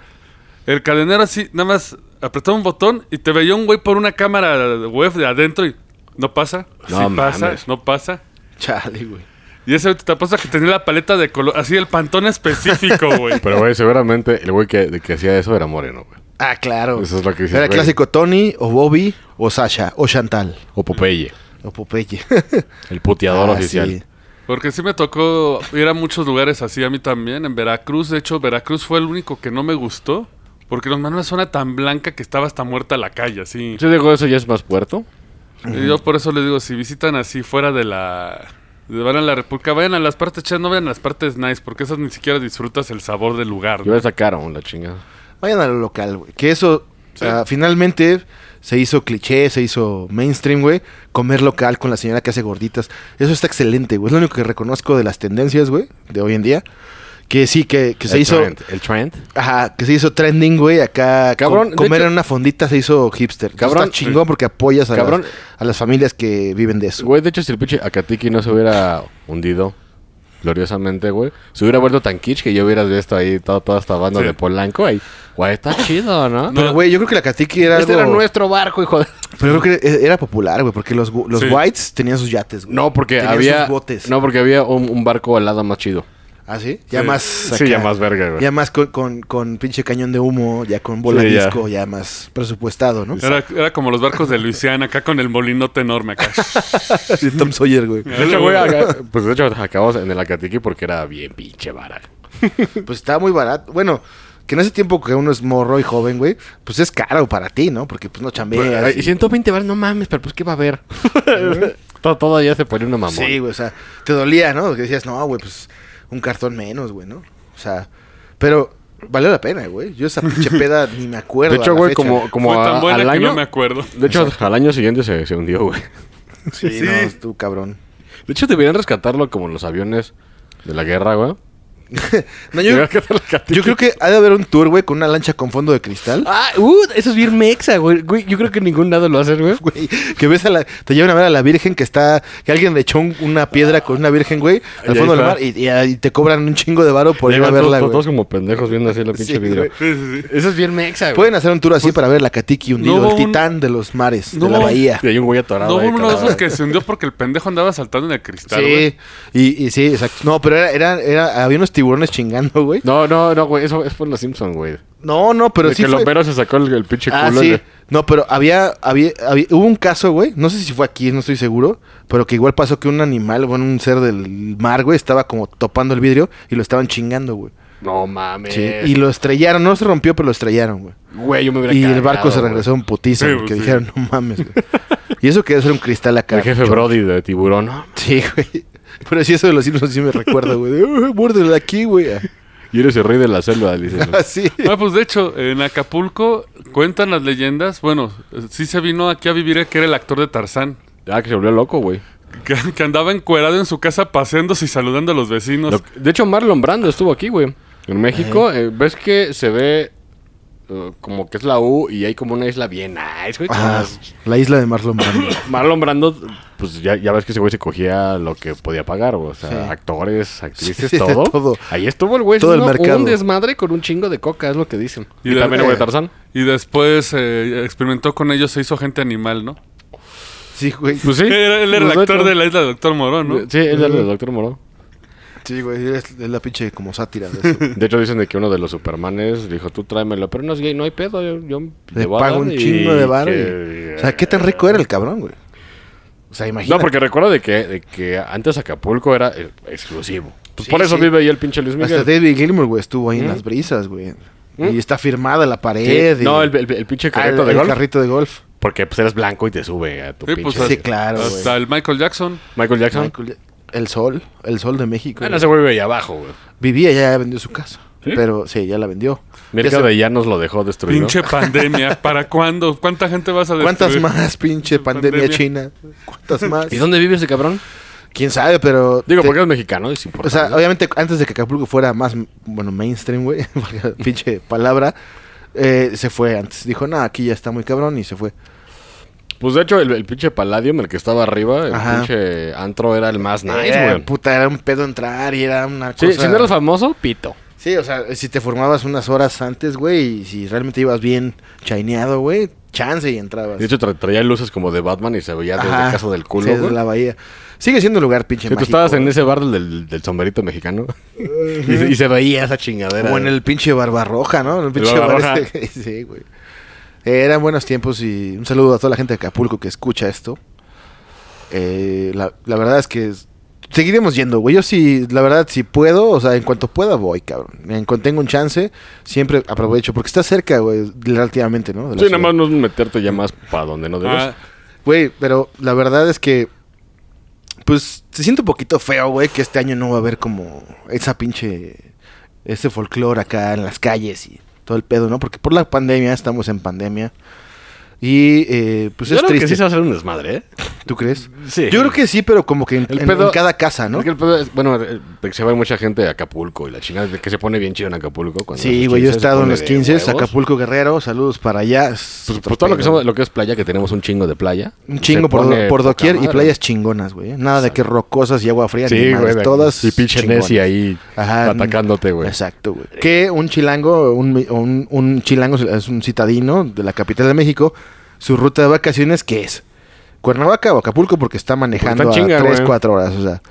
S3: el cadenero así, nada más apretaba un botón y te veía un güey por una cámara web de adentro y no pasa,
S2: No
S3: sí pasa,
S2: mames.
S3: no pasa.
S1: Chale, güey.
S3: Y ese te apuesto que tenía la paleta de color, así el pantón específico, güey.
S2: Pero, güey, seguramente el güey que, de que hacía eso era moreno, güey.
S1: Ah, claro.
S2: Eso es lo que dices,
S1: Era
S2: güey.
S1: clásico Tony, o Bobby, o Sasha, o Chantal,
S2: O Popeye,
S1: o Popeye.
S2: el puteador
S1: Ah,
S2: oficial.
S1: sí.
S3: Porque sí me tocó ir a muchos lugares así a mí también. En Veracruz, de hecho, Veracruz fue el único que no me gustó. Porque nos mandó una zona tan blanca que estaba hasta muerta la calle, así.
S2: Yo digo, eso ya es más puerto.
S3: Y yo por eso les digo, si visitan así fuera de la... de- Van a la República, vayan a las partes chidas, no vayan a las partes nice, porque esas ni siquiera disfrutas el sabor del lugar.
S2: Yo esa cara, la chingada.
S1: Vayan a lo local, güey. Que eso, ah, finalmente, se hizo cliché, se hizo mainstream, güey. Comer local con la señora que hace gorditas. Eso está excelente, güey. Es lo único que reconozco de las tendencias, güey, de hoy en día. Que sí, que, que se
S2: el
S1: hizo...
S2: Trent, el Trent.
S1: Ajá, que se hizo trending, güey, acá. Cabrón.
S2: Cabrón, de
S1: comer
S2: hecho-
S1: en una fondita se hizo hipster.
S2: Cabrón,
S1: Cabrón. Está chingón porque apoyas a,
S2: Cabrón.
S1: Las, a las familias que viven de eso.
S2: Güey, de hecho, si el pinche Akatiki no se hubiera hundido gloriosamente, güey, se hubiera vuelto tan kitsch que yo hubiera visto ahí toda, toda esta banda
S3: Sí.
S2: de Polanco. Ahí. Güey, está chido, ¿no?
S1: Pero, güey, yo creo que la Katiki era
S2: este
S1: algo...
S2: era nuestro barco, hijo de...
S1: Pero yo creo que e- era popular, güey, porque los, gu- los
S3: Sí.
S1: whites tenían sus yates, güey.
S2: No, porque
S1: Tenían
S2: había...
S1: sus botes.
S2: No, porque había un, un barco al lado más chido.
S1: ¿Ah, sí? Ya
S3: Sí.
S1: más...
S2: Sí,
S1: acá.
S2: ya más verga, güey.
S1: Ya más con, con, con pinche cañón de humo, ya con bola
S2: Sí, ya.
S1: disco, ya. más presupuestado, ¿no?
S3: Era, era como los barcos de Luisiana, acá con el molinote enorme acá.
S1: Sí, Tom Sawyer, güey.
S2: De hecho, güey, acá- pues de hecho acabamos en el Acatiqui porque era bien pinche vara.
S1: Pues estaba muy barato. Bueno, que en ese tiempo que uno es morro y joven, güey, pues es caro para ti, ¿no? Porque pues no chambeas.
S2: Ay,
S1: y-
S2: 120 varas, no mames, pero pues qué va a haber. todo, todo ya se pone una mamón.
S1: Sí, güey, o sea, te dolía, ¿no? Que decías, no, güey, pues un cartón menos, güey, ¿no? O sea, pero valió la pena, güey. Yo esa pinche peda ni me acuerdo.
S2: de
S1: a
S2: hecho,
S1: la
S2: güey,
S1: fecha.
S2: como, como
S3: Fue
S2: a-
S3: tan buena
S2: al
S3: que
S2: año.
S3: no me acuerdo.
S2: de hecho, al año siguiente se, se hundió, güey.
S1: Sí,
S3: Sí.
S1: no, tú, cabrón.
S2: De hecho, deberían rescatarlo como los aviones de la guerra, güey.
S1: No, yo,
S2: Llegar a cazar la catita.
S1: yo creo que ha de haber un tour, güey, con una lancha con fondo de cristal.
S2: Ah, uh, eso es bien mexa, güey. Güey, Yo creo que en ningún lado lo hacen, güey.
S1: Güey, que ves a la, te llevan a ver a la virgen que está, que alguien le echó un- una piedra con una virgen, güey,
S2: Ah, Y
S1: al
S2: ahí
S1: fondo del
S2: está.
S1: mar y, y ahí te cobran un chingo de varo por ir a
S2: Pues Llegan
S1: verla,
S2: todos,
S1: güey.
S2: todos como pendejos viendo así la pinche
S1: Sí,
S2: vidrio.
S1: güey.
S3: Sí, sí, sí.
S2: Eso es bien mexa, güey. Pues,
S1: Pueden hacer un tour así para ver la Katiki hundido,
S3: hubo
S1: el
S3: un-
S1: titán de los mares,
S3: no
S1: de la
S3: hubo-
S1: bahía.
S2: Y hay un güey atorado
S3: No
S2: ahí,
S3: hubo uno de
S2: cabrón.
S3: esos que se hundió porque el pendejo andaba saltando en el cristal, güey.
S1: Sí, y, y sí, exacto. No, pero era, era, era- había unos tiburones chingando, güey.
S2: No, no, no, güey. Eso es por los Simpsons, güey.
S1: No, no, pero
S2: De
S1: sí
S2: que
S1: fue...
S2: Lomero se sacó el, el pinche
S1: Ah,
S2: culo.
S1: sí.
S2: güey.
S1: No, pero había, había, había- hubo un caso, güey, no sé si fue aquí, no estoy seguro, pero que igual pasó que un animal, bueno, un ser del mar, güey, estaba como topando el vidrio y lo estaban chingando, güey.
S2: No mames.
S1: Sí, y lo estrellaron, no se rompió, pero lo estrellaron, güey.
S2: Güey, yo me Eh. hubiera
S1: Y el
S2: cagado,
S1: barco se
S2: güey.
S1: regresó en putiza,
S3: Sí,
S1: güey, que
S3: sí.
S1: dijeron, no mames, güey. Y eso que es un cristal acá.
S2: El jefe
S1: mucho.
S2: Brody de tiburón. ¿no?
S1: Sí, güey. Pero sí, eso de los Simpsons sí me recuerda, güey. De, "Uy, Muérdela aquí, güey.
S2: Y eres el rey de la selva, dice.
S1: Así.
S3: Ah, pues de hecho, en Acapulco cuentan las leyendas. Bueno, eh, sí se vino aquí a vivir el que era el actor de Tarzán.
S2: ah, que se volvió loco, güey.
S3: Que, que andaba encuerado en su casa paseándose y saludando a los vecinos.
S2: Lo- De hecho, Marlon Brando estuvo aquí, güey. En México, eh, ves que se ve eh, como que es la U y hay como una isla bien nice, güey. con
S1: Ah,
S2: unas-
S1: la isla de Marlon Brando.
S2: Marlon Brando, pues ya, ya ves que ese güey se cogía lo que podía pagar, güey. O sea,
S1: Sí.
S2: actores, actrices,
S1: Sí, de
S2: todo.
S1: todo.
S2: Ahí estuvo el güey.
S1: Todo el
S2: haciendo
S1: mercado.
S2: Un desmadre con un chingo de coca, es lo que dicen.
S3: Y
S2: Y,
S3: de-
S2: también el güey
S1: eh.
S2: de Tarzán.
S3: Y después eh, experimentó con ellos, se hizo gente animal, ¿no?
S1: Sí, güey.
S2: Pues sí.
S3: Era- él era
S2: pues,
S3: el actor
S2: hecho.
S3: de la isla del Doctor Morón, ¿no?
S2: Sí, él era el doctor Moró.
S1: Sí, güey. Es, es la pinche como sátira de eso.
S2: De hecho, dicen de que uno de los Supermanes dijo, tú tráemelo. Pero no es gay, no hay pedo. Yo, yo
S1: Le
S2: voy a
S1: paga
S2: dar
S1: un
S2: y
S1: chingo de bar.
S2: que-
S1: O sea, qué tan rico era el cabrón, güey. O sea, imagínate.
S2: No, porque recuerdo de que, de que antes Acapulco era eh, exclusivo. Pues
S1: Sí,
S2: por eso
S1: sí.
S2: vive ahí el pinche Luis Miguel.
S1: Hasta David Gilmour, güey, estuvo ahí en
S2: ¿Mm?
S1: las brisas, güey.
S2: ¿Mm?
S1: Y está firmada la pared.
S2: Sí. No,
S1: y-
S2: el, el- el pinche
S1: Ah,
S2: carrito
S1: el-
S2: de
S1: el
S2: golf.
S1: carrito de golf.
S2: Porque pues eres blanco y te sube a tu
S3: Sí,
S2: pinche...
S3: pues,
S1: Sí, claro, güey.
S3: Hasta el Michael Jackson.
S2: Michael Jackson. Ah,
S1: Michael- el sol, el sol de México.
S2: Bueno,
S1: güey.
S2: ese güey vive ahí abajo, güey.
S1: Vivía, ya vendió su casa.
S2: Ah, ¿Sí?
S1: Pero sí, ya la vendió. Ya
S2: Mercado
S1: se-
S2: de Llanos lo dejó destruido.
S3: Pinche pandemia. ¿Para cuándo? ¿Cuánta gente vas a destruir?
S1: ¿Cuántas más, pinche pandemia,
S3: Pandemia.
S1: china? ¿Cuántas más?
S2: ¿Y dónde vive ese cabrón?
S1: ¿Quién sabe? Pero...
S2: Digo,
S1: te-
S2: porque es mexicano, es
S1: O
S2: importante.
S1: sea, obviamente antes de que Acapulco fuera más, bueno, mainstream, güey, valga la pinche palabra, eh, se fue antes. Dijo, no, aquí ya está muy cabrón y se fue.
S2: Pues de hecho, el, el pinche Palladium, el que estaba arriba, el
S1: Ajá. Eh,
S2: pinche antro era el más nice,
S1: Era,
S2: güey.
S1: puta, era un pedo entrar y era una
S2: Eh, Sí,
S1: cosa...
S2: si no eres famoso, pito.
S1: Sí, o sea, si te formabas unas horas antes, güey, y si realmente ibas bien chaineado, güey, chance y entrabas.
S2: De hecho, tra- traía luces como de Batman y se veía desde
S1: Ajá.
S2: casa del culo,
S1: Sí, desde
S2: güey.
S1: la bahía. Sigue siendo un lugar pinche
S2: Si tú
S1: mágico,
S2: estabas en
S1: güey.
S2: ese bar del, del sombrerito mexicano y, se, y se veía esa chingadera.
S1: O en el pinche Barbarroja, ¿no? En el pinche
S2: Barbarroja.
S1: bar este- sí, güey. Eh, eran buenos tiempos y un saludo a toda la gente de Acapulco que escucha esto. Eh, la, la verdad es que es- seguiremos yendo, güey. Yo sí, la verdad, si puedo, o sea, en cuanto pueda voy, cabrón. En cuanto tengo un chance, siempre aprovecho. Porque está cerca, güey, relativamente, ¿no? De la
S2: Sí, nada
S1: ciudad.
S2: más no es meterte ya más para donde no debes.
S3: Ah,
S1: Güey, pero la verdad es que. Pues se siente un poquito feo, güey, que este año no va a haber como esa pinche. Ese folclore acá en las calles y todo el pedo, ¿no? Porque por la pandemia, estamos en pandemia. Y eh, pues
S2: Yo
S1: es
S2: creo
S1: triste.
S2: que sí se va a hacer un desmadre, ¿eh?
S1: ¿Tú crees?
S2: Sí.
S1: Yo creo que sí, pero como que en,
S2: El
S1: en-
S2: pedo-
S1: en cada casa, ¿no?
S2: Es que el pedo es- bueno, eh, de que se va mucha gente a Acapulco y la chingada de que se pone bien chido en Acapulco. cuando
S1: Sí,
S2: los
S1: güey, yo he
S2: 15 se
S1: estado en
S2: pone
S1: los
S2: de
S1: 15,
S2: huevos.
S1: Acapulco Guerrero, saludos para allá. es
S2: Pues,
S1: otro
S2: pues todo lo que,
S1: pedo.
S2: somos- lo que es playa, que tenemos un chingo de playa.
S1: Un chingo
S2: se
S1: por,
S2: pone
S1: por
S2: poca
S1: doquier y
S2: madre.
S1: playas chingonas, güey. Nada de que rocosas y agua fría, ni
S2: Sí,
S1: madres,
S2: güey. de-
S1: todas
S2: Y pinche
S1: chingonas.
S2: Nessie ahí
S1: Ajá,
S2: atacándote, güey.
S1: Exacto, güey. Que un chilango, un, mi- un, un chilango es un citadino de la capital de México, su ruta de vacaciones, ¿qué es? ¿Cuernavaca o Acapulco? Porque está manejando
S2: Porque está chinga,
S1: a 3,
S2: güey.
S1: 4 horas, o sea.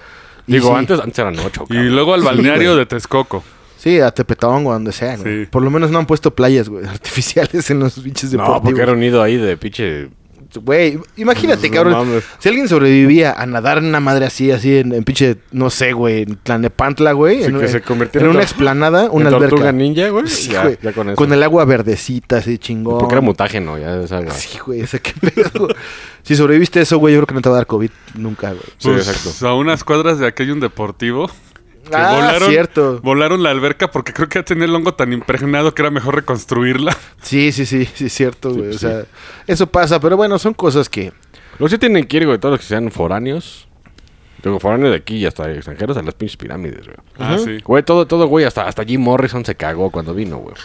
S1: Y
S2: Digo,
S1: sí,
S2: antes, antes eran ocho,
S3: y
S2: cabrón.
S3: luego al
S1: Sí,
S3: balneario
S1: güey.
S3: de Texcoco.
S1: Sí, a Tepetongo, a donde sea, güey.
S3: Sí.
S1: Por lo menos no han puesto playas, güey, artificiales en los pinches deportivos.
S2: No, porque era un nido ahí de pinche...
S1: Güey, imagínate,
S2: No
S1: cabrón.
S2: mames.
S1: Si alguien sobrevivía a nadar en una madre así, así en, en pinche, no sé, güey, en Tlanepantla, güey.
S2: Sí,
S1: en,
S2: que se convirtiera
S1: en
S2: en
S1: una
S2: tor-
S1: explanada, una
S2: de
S1: alberca.
S2: Tortuga ninja, güey.
S1: Sí,
S2: ya,
S1: güey.
S2: ya con
S1: con,
S2: eso.
S1: el agua verdecita, así chingón.
S2: Porque era mutágeno, ya esa agua.
S1: Sí, güey, ese qué pedo. si sobreviviste a eso, güey, yo creo que no te va a dar COVID nunca, güey.
S2: Sí,
S3: Pues,
S2: exacto.
S3: A unas cuadras de aquí hay un deportivo. que
S1: Ah, cierto.
S3: Volaron la alberca porque creo que ya tenía el hongo tan impregnado que era mejor reconstruirla.
S1: Sí, sí, sí, sí, cierto, güey. o
S2: sí.
S1: sea, eso pasa, pero bueno, son cosas que.
S2: Los que tienen que ir, güey, todos los que sean foráneos. Digo, foráneos de aquí y hasta extranjeros a las pinches pirámides, güey.
S3: Ah, sí.
S2: Güey, todo, todo, güey, hasta, hasta Jim Morrison se cagó cuando vino, güey.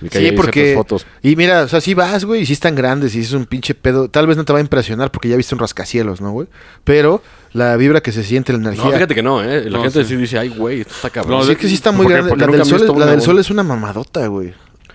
S2: Y que
S1: Sí,
S2: hay
S1: porque.
S2: ciertas fotos.
S1: Y mira, o sea, si vas, güey, y si están grandes, y si es un pinche pedo. Tal vez no te va a impresionar porque ya viste un rascacielos, ¿no, güey? Pero la vibra que se siente, la energía.
S2: No, fíjate que no, ¿eh? La
S3: No,
S2: gente
S3: sí.
S2: sí dice, ay, güey, esto está cabrón.
S3: No,
S1: Sí, es que sí está muy
S2: Porque-
S1: grande.
S2: porque
S1: La
S2: nunca
S1: del,
S2: han
S1: sol es,
S2: visto
S1: la
S2: una,
S1: del
S2: güey.
S1: sol es una mamadota, güey.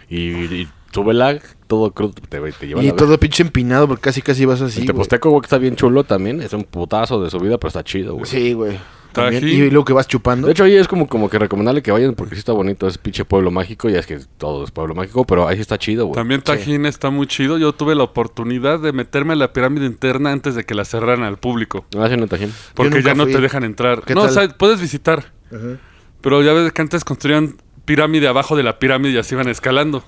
S2: Y, y súbela todo crudo, te, te lleva a
S1: Y
S2: la
S1: todo pinche empinado porque casi casi vas así.
S2: El
S1: güey.
S2: Teposteco, güey, que está bien chulo también. Es un putazo de su vida, pero está chido, güey.
S1: Sí, güey. También.
S3: Tajín.
S1: Y luego que vas chupando.
S2: De hecho, ahí es como, como que recomendable que vayan porque sí está bonito. Es pinche pueblo mágico. Ya es que todo es pueblo mágico, pero ahí sí está chido, güey.
S3: También Tajín está muy chido. Yo tuve la oportunidad de meterme a la pirámide interna antes de que la cerraran al público.
S2: No hacen el tajín.
S3: Porque
S1: nunca
S3: ya no
S1: fui.
S3: te dejan entrar.
S1: ¿Qué
S3: No,
S1: tal?
S3: o sea, puedes visitar. Pero ya ves que antes construían pirámide abajo de la pirámide y así iban escalando.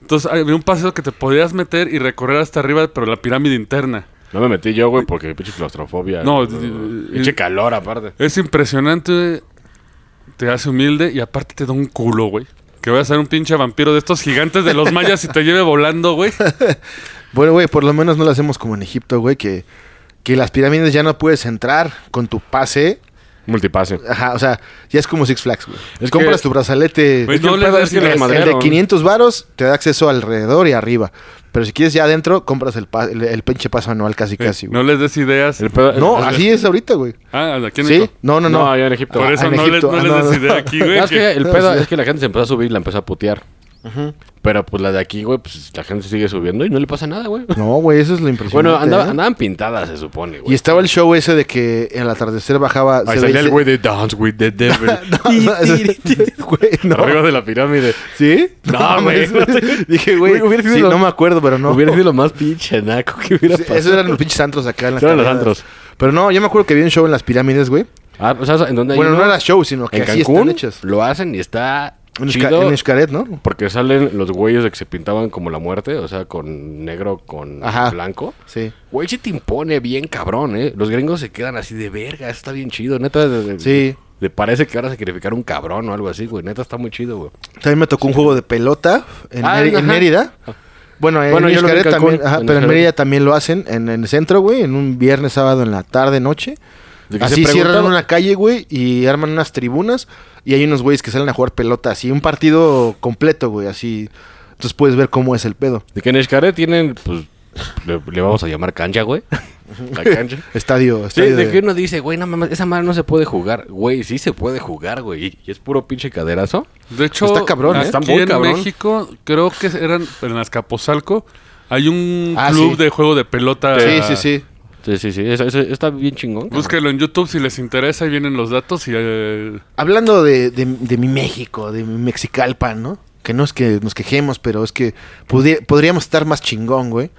S3: Entonces había un paseo que te podías meter y recorrer hasta arriba, pero la pirámide interna.
S2: No me metí yo, güey, porque pinche claustrofobia.
S3: No, eh,
S2: güey.
S3: y-
S2: pinche calor aparte.
S3: Es impresionante, te hace humilde y aparte te da un culo, güey. Que voy a ser un pinche vampiro de estos gigantes de los mayas y te lleve volando, güey.
S1: Bueno, güey, por lo menos no lo hacemos como en Egipto, güey, que, que las pirámides ya no puedes entrar con tu pase.
S2: Multipase.
S1: Ajá, o sea, ya es como Six Flags, güey.
S2: Es
S1: Compras
S2: que-
S1: tu brazalete.
S3: Güey,
S2: Es que
S3: no
S2: el
S3: le
S2: pedo
S3: das
S2: es que
S3: ideas.
S2: las
S1: el de
S2: madrearon.
S1: 500 varos te da acceso alrededor y arriba. Pero si quieres ya adentro, compras el, pa- el, el pinche paso anual casi casi,
S3: Eh, no
S1: güey.
S3: les des ideas.
S2: El pedo-
S1: No,
S2: el- el-
S1: así es ahorita, güey.
S3: Ah, aquí en
S1: ¿Sí?
S3: México.
S1: No, no, no.
S2: No, allá en Egipto.
S3: Por
S2: Ah,
S3: eso
S1: en
S3: no, les-
S1: Egipto.
S3: no
S1: Ah,
S3: les
S1: no,
S3: des
S1: no.
S3: idea aquí,
S2: No,
S3: güey.
S2: es que
S3: que-
S2: el pedo es que la gente se empezó a subir y la empezó a putear. Pero pues la de aquí, güey, pues la gente sigue subiendo y no le pasa nada, güey.
S1: No, güey, eso es lo impresionante.
S2: Bueno, andaba-
S1: ¿eh?
S2: andaban pintadas, se supone, güey.
S1: Y estaba el show ese de que en el atardecer bajaba.
S2: Ahí
S1: se ve-
S2: salía el
S1: se-
S2: güey de Dance with the Devil.
S1: No, eso- Güey, no.
S2: Arriba de la pirámide.
S1: ¿Sí?
S2: No,
S1: mames.
S2: güey.
S1: Dije, güey,
S2: Hubiera sido
S1: sí,
S2: lo-
S1: no me acuerdo, pero no.
S2: Hubiera sido lo más pinche naco que hubiera
S1: Sí,
S2: pasado.
S1: Esos eran los pinches antros acá en las
S2: Eran los
S1: cavernas.
S2: antros.
S1: Pero no, yo me acuerdo que vi un show en las pirámides, güey.
S2: Ah, o sea, ¿en dónde hay
S1: Bueno,
S2: uno?
S1: no era show, sino que
S2: En
S1: así
S2: Cancún
S1: están hechas.
S2: lo hacen y está
S1: En, Esca-
S2: chido.
S1: en Xcaret, ¿no?
S2: porque salen los güeyes de que se pintaban como la muerte, o sea, con negro, con
S1: Ajá.
S2: blanco.
S1: Sí.
S2: Güey, se te impone bien cabrón, ¿eh? Los gringos se quedan así de verga, eso está bien chido, neta. de- de-
S1: Sí.
S2: Le parece que van a sacrificar un cabrón o algo así, güey. Neta, está muy chido, güey.
S1: También me tocó un juego de pelota en,
S2: Ah,
S1: Méri- en
S2: ajá.
S1: Mérida. Bueno, en
S2: Bueno, yo lo vi en
S1: Xcaret
S2: Cancún,
S1: también, ajá,
S2: en
S1: pero en
S2: Xcaret.
S1: Mérida también lo hacen en, en el centro, güey, en un viernes, sábado, en la tarde, noche.
S2: De que se
S1: Así cierran
S2: preguntaban-
S1: una calle, güey, y arman unas tribunas y hay unos güeyes que salen a jugar pelota, así, un partido completo, güey, así. Entonces puedes ver cómo es el pedo.
S2: De que en Escaret tienen, pues, le, le vamos a llamar cancha, güey. La cancha.
S1: Estadio,
S2: Sí,
S1: estadio.
S2: de
S1: de-
S2: que uno dice, güey, no mames, esa madre no se puede jugar. Güey, sí se puede jugar, güey. Y es puro pinche caderazo.
S3: De hecho,
S1: Está cabrón, ¿eh?
S3: aquí
S2: Está muy
S3: en
S2: cabrón.
S3: México, creo que eran en Azcapotzalco, hay un
S1: Ah,
S3: club
S1: sí.
S3: de juego de pelota.
S1: Sí, sí, sí.
S2: Sí, sí, sí. Eso, eso está bien chingón.
S3: Búsquelo en YouTube si les interesa, ahí vienen los datos y... eh,
S1: Hablando de, de- de mi México, de mi Mexicalpan, ¿no? Que no es que nos quejemos, pero es que pudi- podríamos estar más chingón, güey.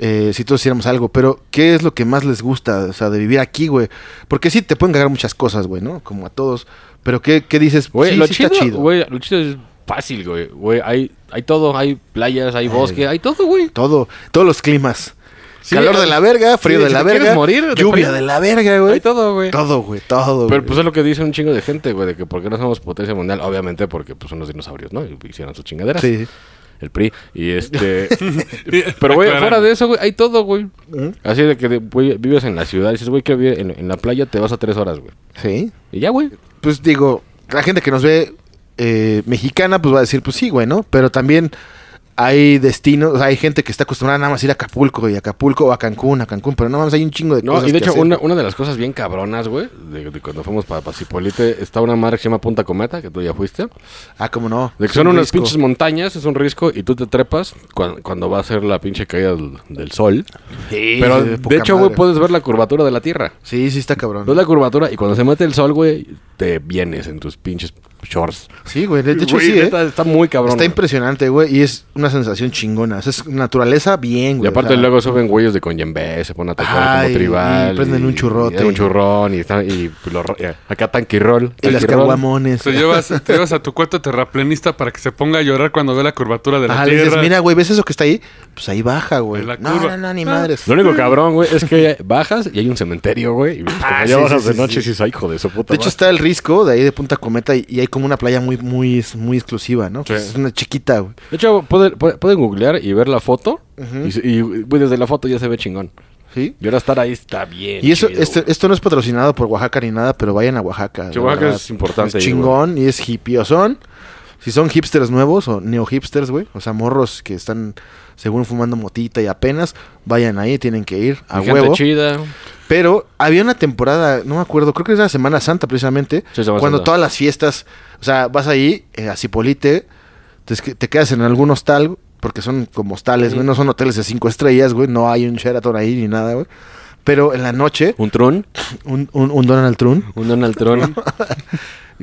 S1: eh, si todos hiciéramos algo, pero ¿qué es lo que más les gusta, o sea, de vivir aquí, güey? Porque sí, te pueden cagar muchas cosas, güey, ¿no? Como a todos. Pero ¿qué, qué dices?
S2: Güey,
S1: sí,
S2: lo
S1: sí
S2: chido,
S1: está chido.
S2: Güey, lo chido es fácil, güey. Güey, hay, hay todo. Hay playas, hay bosque, hay todo, güey.
S1: Todo, todos los climas.
S2: Sí,
S1: Calor de la verga, frío
S2: sí,
S1: de
S2: si
S1: la
S2: te
S1: verga,
S2: quieres morir de
S1: lluvia
S2: frío.
S1: de la verga, güey.
S2: Hay todo, güey.
S1: Todo, güey, todo,
S2: Pero
S1: güey.
S2: pues es lo que dice un chingo de gente, güey, de que por qué no somos potencia mundial. Obviamente porque pues son los dinosaurios, ¿no? Y hicieron sus chingaderas.
S1: Sí.
S2: El PRI. Y este... Pero, güey,
S3: aclaran.
S2: fuera de eso, güey, hay todo, güey. Así de que, de- güey, vives en la ciudad y dices, güey, que en, en la playa te vas a tres horas, güey.
S1: Sí.
S2: Y ya, güey.
S1: pues digo, la gente que nos ve eh, mexicana, pues va a decir, pues sí, güey, ¿no? Pero también hay destinos, o sea, hay gente que está acostumbrada nada más a ir a Acapulco y Acapulco o a Cancún, a Cancún, pero nada más hay un chingo de
S2: No,
S1: cosas.
S2: y de
S1: que
S2: hecho,
S1: hacer.
S2: una, una de las cosas bien cabronas, güey, de, de cuando fuimos para Pacipolite, está una madre que se llama Punta Cometa, que tú ya fuiste.
S1: Ah, cómo no.
S2: De que
S1: Es
S2: son
S1: un
S2: unas
S1: risco.
S2: pinches montañas, es un risco, y tú te trepas cuan- cuando va a ser la pinche caída del, del sol.
S1: Sí,
S2: Pero,
S1: sí,
S2: de
S1: poca
S2: hecho, güey,
S1: madre.
S2: puedes ver la curvatura de la Tierra.
S1: Sí, sí, está cabrón.
S2: Ves la curvatura y cuando se mete el sol, güey, te vienes en tus pinches shorts.
S1: Sí, güey, de hecho
S2: Güey,
S1: sí, ¿eh?
S2: neta, Está muy cabrón.
S1: Está
S2: güey.
S1: impresionante, güey, y es una sensación chingona. O sea, es naturaleza bien,
S2: Y
S1: güey.
S2: aparte
S1: o sea,
S2: luego suben güeyes de Conyembe, se ponen a tocar
S1: Ay,
S2: como tribal.
S1: y prenden un churrote.
S2: y un churrón y, están, y lo ro- eh, acá tanquirol.
S1: Y las
S2: tanquirol.
S1: caguamones.
S3: Te llevas, te llevas a tu cuarto terraplenista para que se ponga a llorar cuando ve la curvatura de la
S1: Ajá, le
S3: tierra.
S1: dices, mira, güey, ¿ves eso que está ahí? Pues ahí baja, güey.
S3: En la
S1: No,
S3: curva.
S1: no, no, ni madres.
S2: Lo único cabrón, güey, es que bajas y hay un cementerio, güey. Y pues, como
S1: Ah,
S2: ya
S1: sí,
S2: bajas
S1: sí,
S2: de
S1: sí,
S2: noche,
S1: sí.
S2: y dices, "Ay, hijo de su puta.
S1: De hecho
S2: madre".
S1: está el Risco de ahí de Punta Cometa y, y hay como una playa muy muy muy exclusiva, ¿no?
S2: Sí.
S1: Es una chiquita, güey.
S2: de hecho pueden, pueden- pueden googlear y ver la foto. y se- Y, güey, desde la foto ya se ve chingón.
S1: ¿sí?
S2: Yo ahora estar ahí está bien.
S1: Y eso,
S2: chido,
S1: este-
S2: güey.
S1: esto no es patrocinado por Oaxaca ni nada, pero vayan a Oaxaca.
S2: Sí,
S1: la
S2: Oaxaca es importante
S1: Es
S2: ir, güey.
S1: chingón y es hipiosón. Si son hipsters nuevos o neo-hipsters, güey, o sea, morros que están según fumando motita y apenas, vayan ahí, tienen que ir a
S2: Y gente
S1: este, huevo.
S2: chida.
S1: Pero había una temporada, no me acuerdo, creo que era Semana Santa precisamente,
S2: Sí, Semana
S1: cuando
S2: Santa.
S1: todas las fiestas, o sea, vas ahí eh, a Cipolite, te, es- te quedas en algún hostal, porque son como hostales, güey, no son hoteles de cinco estrellas, güey, no hay un Sheraton ahí ni nada, güey. Pero en la noche,
S2: Un tron,
S1: un, un, un Donald Trump,
S2: un Donald Tron.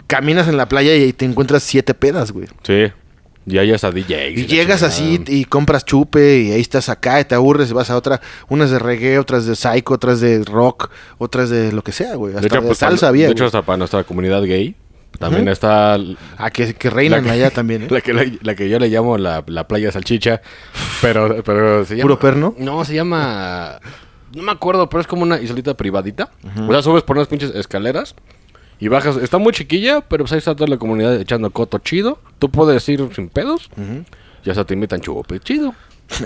S1: caminas en la playa y ahí te encuentras siete pedas, güey.
S2: sí. Y ahí hasta DJ.
S1: Y llegas así y compras chupe y ahí estás acá y te aburres y vas a otra, unas de reggae, otras de psycho, otras de rock, otras de lo que sea, güey. Hasta de,
S2: pues,
S1: salsa
S2: para-
S1: había,
S2: De
S1: güey.
S2: hecho, hasta para nuestra comunidad gay. También
S1: Ujú.
S2: está
S1: Ah, que, que reinan
S2: La que-
S1: allá también, ¿eh?
S2: la que, la, la que yo le llamo la, la playa salchicha. Pero, pero se llama.
S1: ¿Puro perno?
S2: No, se llama. No me acuerdo, pero es como una islita privadita. O sea, subes por unas pinches escaleras y bajas. Está muy chiquilla, pero pues ahí está toda la comunidad echando coto chido. Tú puedes ir sin pedos. Ya se te invitan chupe chido.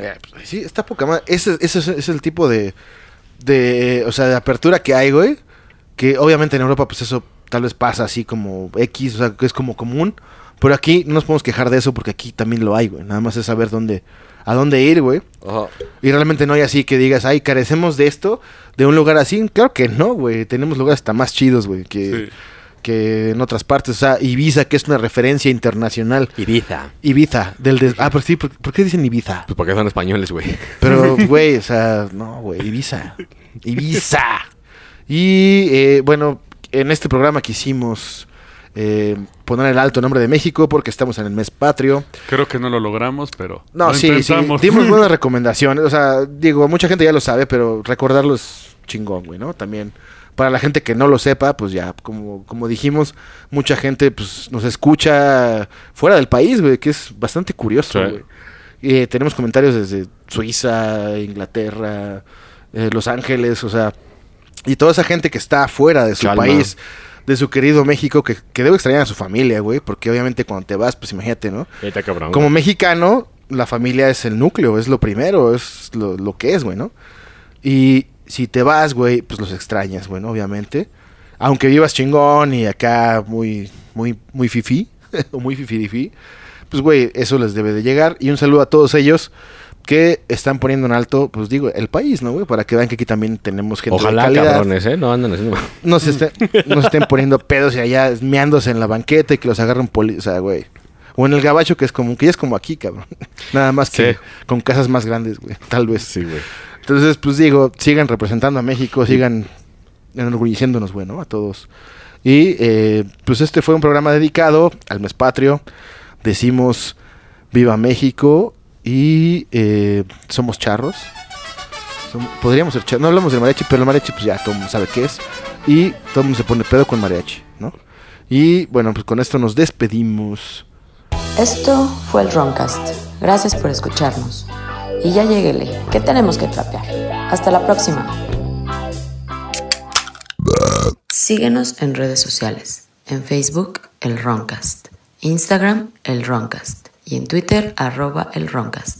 S1: Eh, pues, Sí, está poca madre. Ese, ese es- ese es el tipo de, de, o sea, de apertura que hay, güey. Que obviamente en Europa, pues eso tal vez pasa así como X, o sea, que es como común. Pero aquí no nos podemos quejar de eso porque aquí también lo hay, güey. Nada más es saber dónde, a dónde ir, güey. Y realmente no hay así que digas, ay, carecemos de esto, de un lugar así. Claro que no, güey. Tenemos lugares hasta más chidos, güey, que,
S3: Sí.
S1: que en otras partes. O sea, Ibiza, que es una referencia internacional.
S2: Ibiza.
S1: Ibiza, del des- Ah, pero sí, ¿por, por qué dicen Ibiza?
S2: Pues porque son españoles, güey.
S1: Pero, güey, o sea, no, güey, Ibiza. Ibiza. Y, eh, bueno, en este programa quisimos eh, poner el alto nombre de México porque estamos en el mes patrio.
S3: Creo que no lo logramos, pero.
S1: No,
S3: lo
S1: sí,
S3: intentamos.
S1: sí, dimos buenas recomendaciones. O sea, digo, mucha gente ya lo sabe, pero recordarlo es chingón, güey, ¿no? También. Para la gente que no lo sepa, pues ya, como, como dijimos, mucha gente pues, nos escucha fuera del país, güey, que es bastante curioso,
S2: Sí.
S1: güey. Eh, tenemos comentarios desde Suiza, Inglaterra, eh, Los Ángeles, o sea, y toda esa gente que está afuera de su
S2: Calma.
S1: país, de su querido México, que, que debe extrañar a su familia, güey, porque obviamente cuando te vas, pues imagínate, ¿no?
S2: Ahí está cabrón.
S1: Como mexicano, la familia es el núcleo, es lo primero, es lo, lo que es, güey, ¿no? Y si te vas, güey, pues los extrañas, güey, ¿no? obviamente. Aunque vivas chingón y acá muy, muy, muy fifí, o muy fifirifi, pues, güey, eso les debe de llegar. Y un saludo a todos ellos que están poniendo en alto, pues digo, el país, ¿no, güey? Para que vean que aquí también tenemos gente
S2: Ojalá,
S1: de calidad.
S2: cabrones, ¿eh? No andan haciendo.
S1: No se, estén, no se estén poniendo pedos y allá meándose en la banqueta y que los agarren poli... O sea, güey. O en el gabacho, que es como... Que ya es como aquí, cabrón. Nada más que
S2: Sí.
S1: con casas más grandes, güey. Tal vez.
S2: Sí, güey.
S1: Entonces, pues digo, sigan representando a México, sigan enorgulleciéndonos, bueno, A todos. Y eh, pues este fue un programa dedicado al mes patrio. Decimos viva México y eh, somos charros. Som- podríamos ser charros. No hablamos del mariachi, pero el mariachi pues ya todo el mundo sabe qué es. Y todo el mundo se pone pedo con mariachi, ¿no? Y bueno, pues con esto nos despedimos.
S4: Esto fue el Roncast. Gracias por escucharnos. Y ya lleguele, que tenemos que trapear. Hasta la próxima. Síguenos en redes sociales. En Facebook, el Roncast. Instagram, el Roncast. Y en Twitter, arroba el Roncast.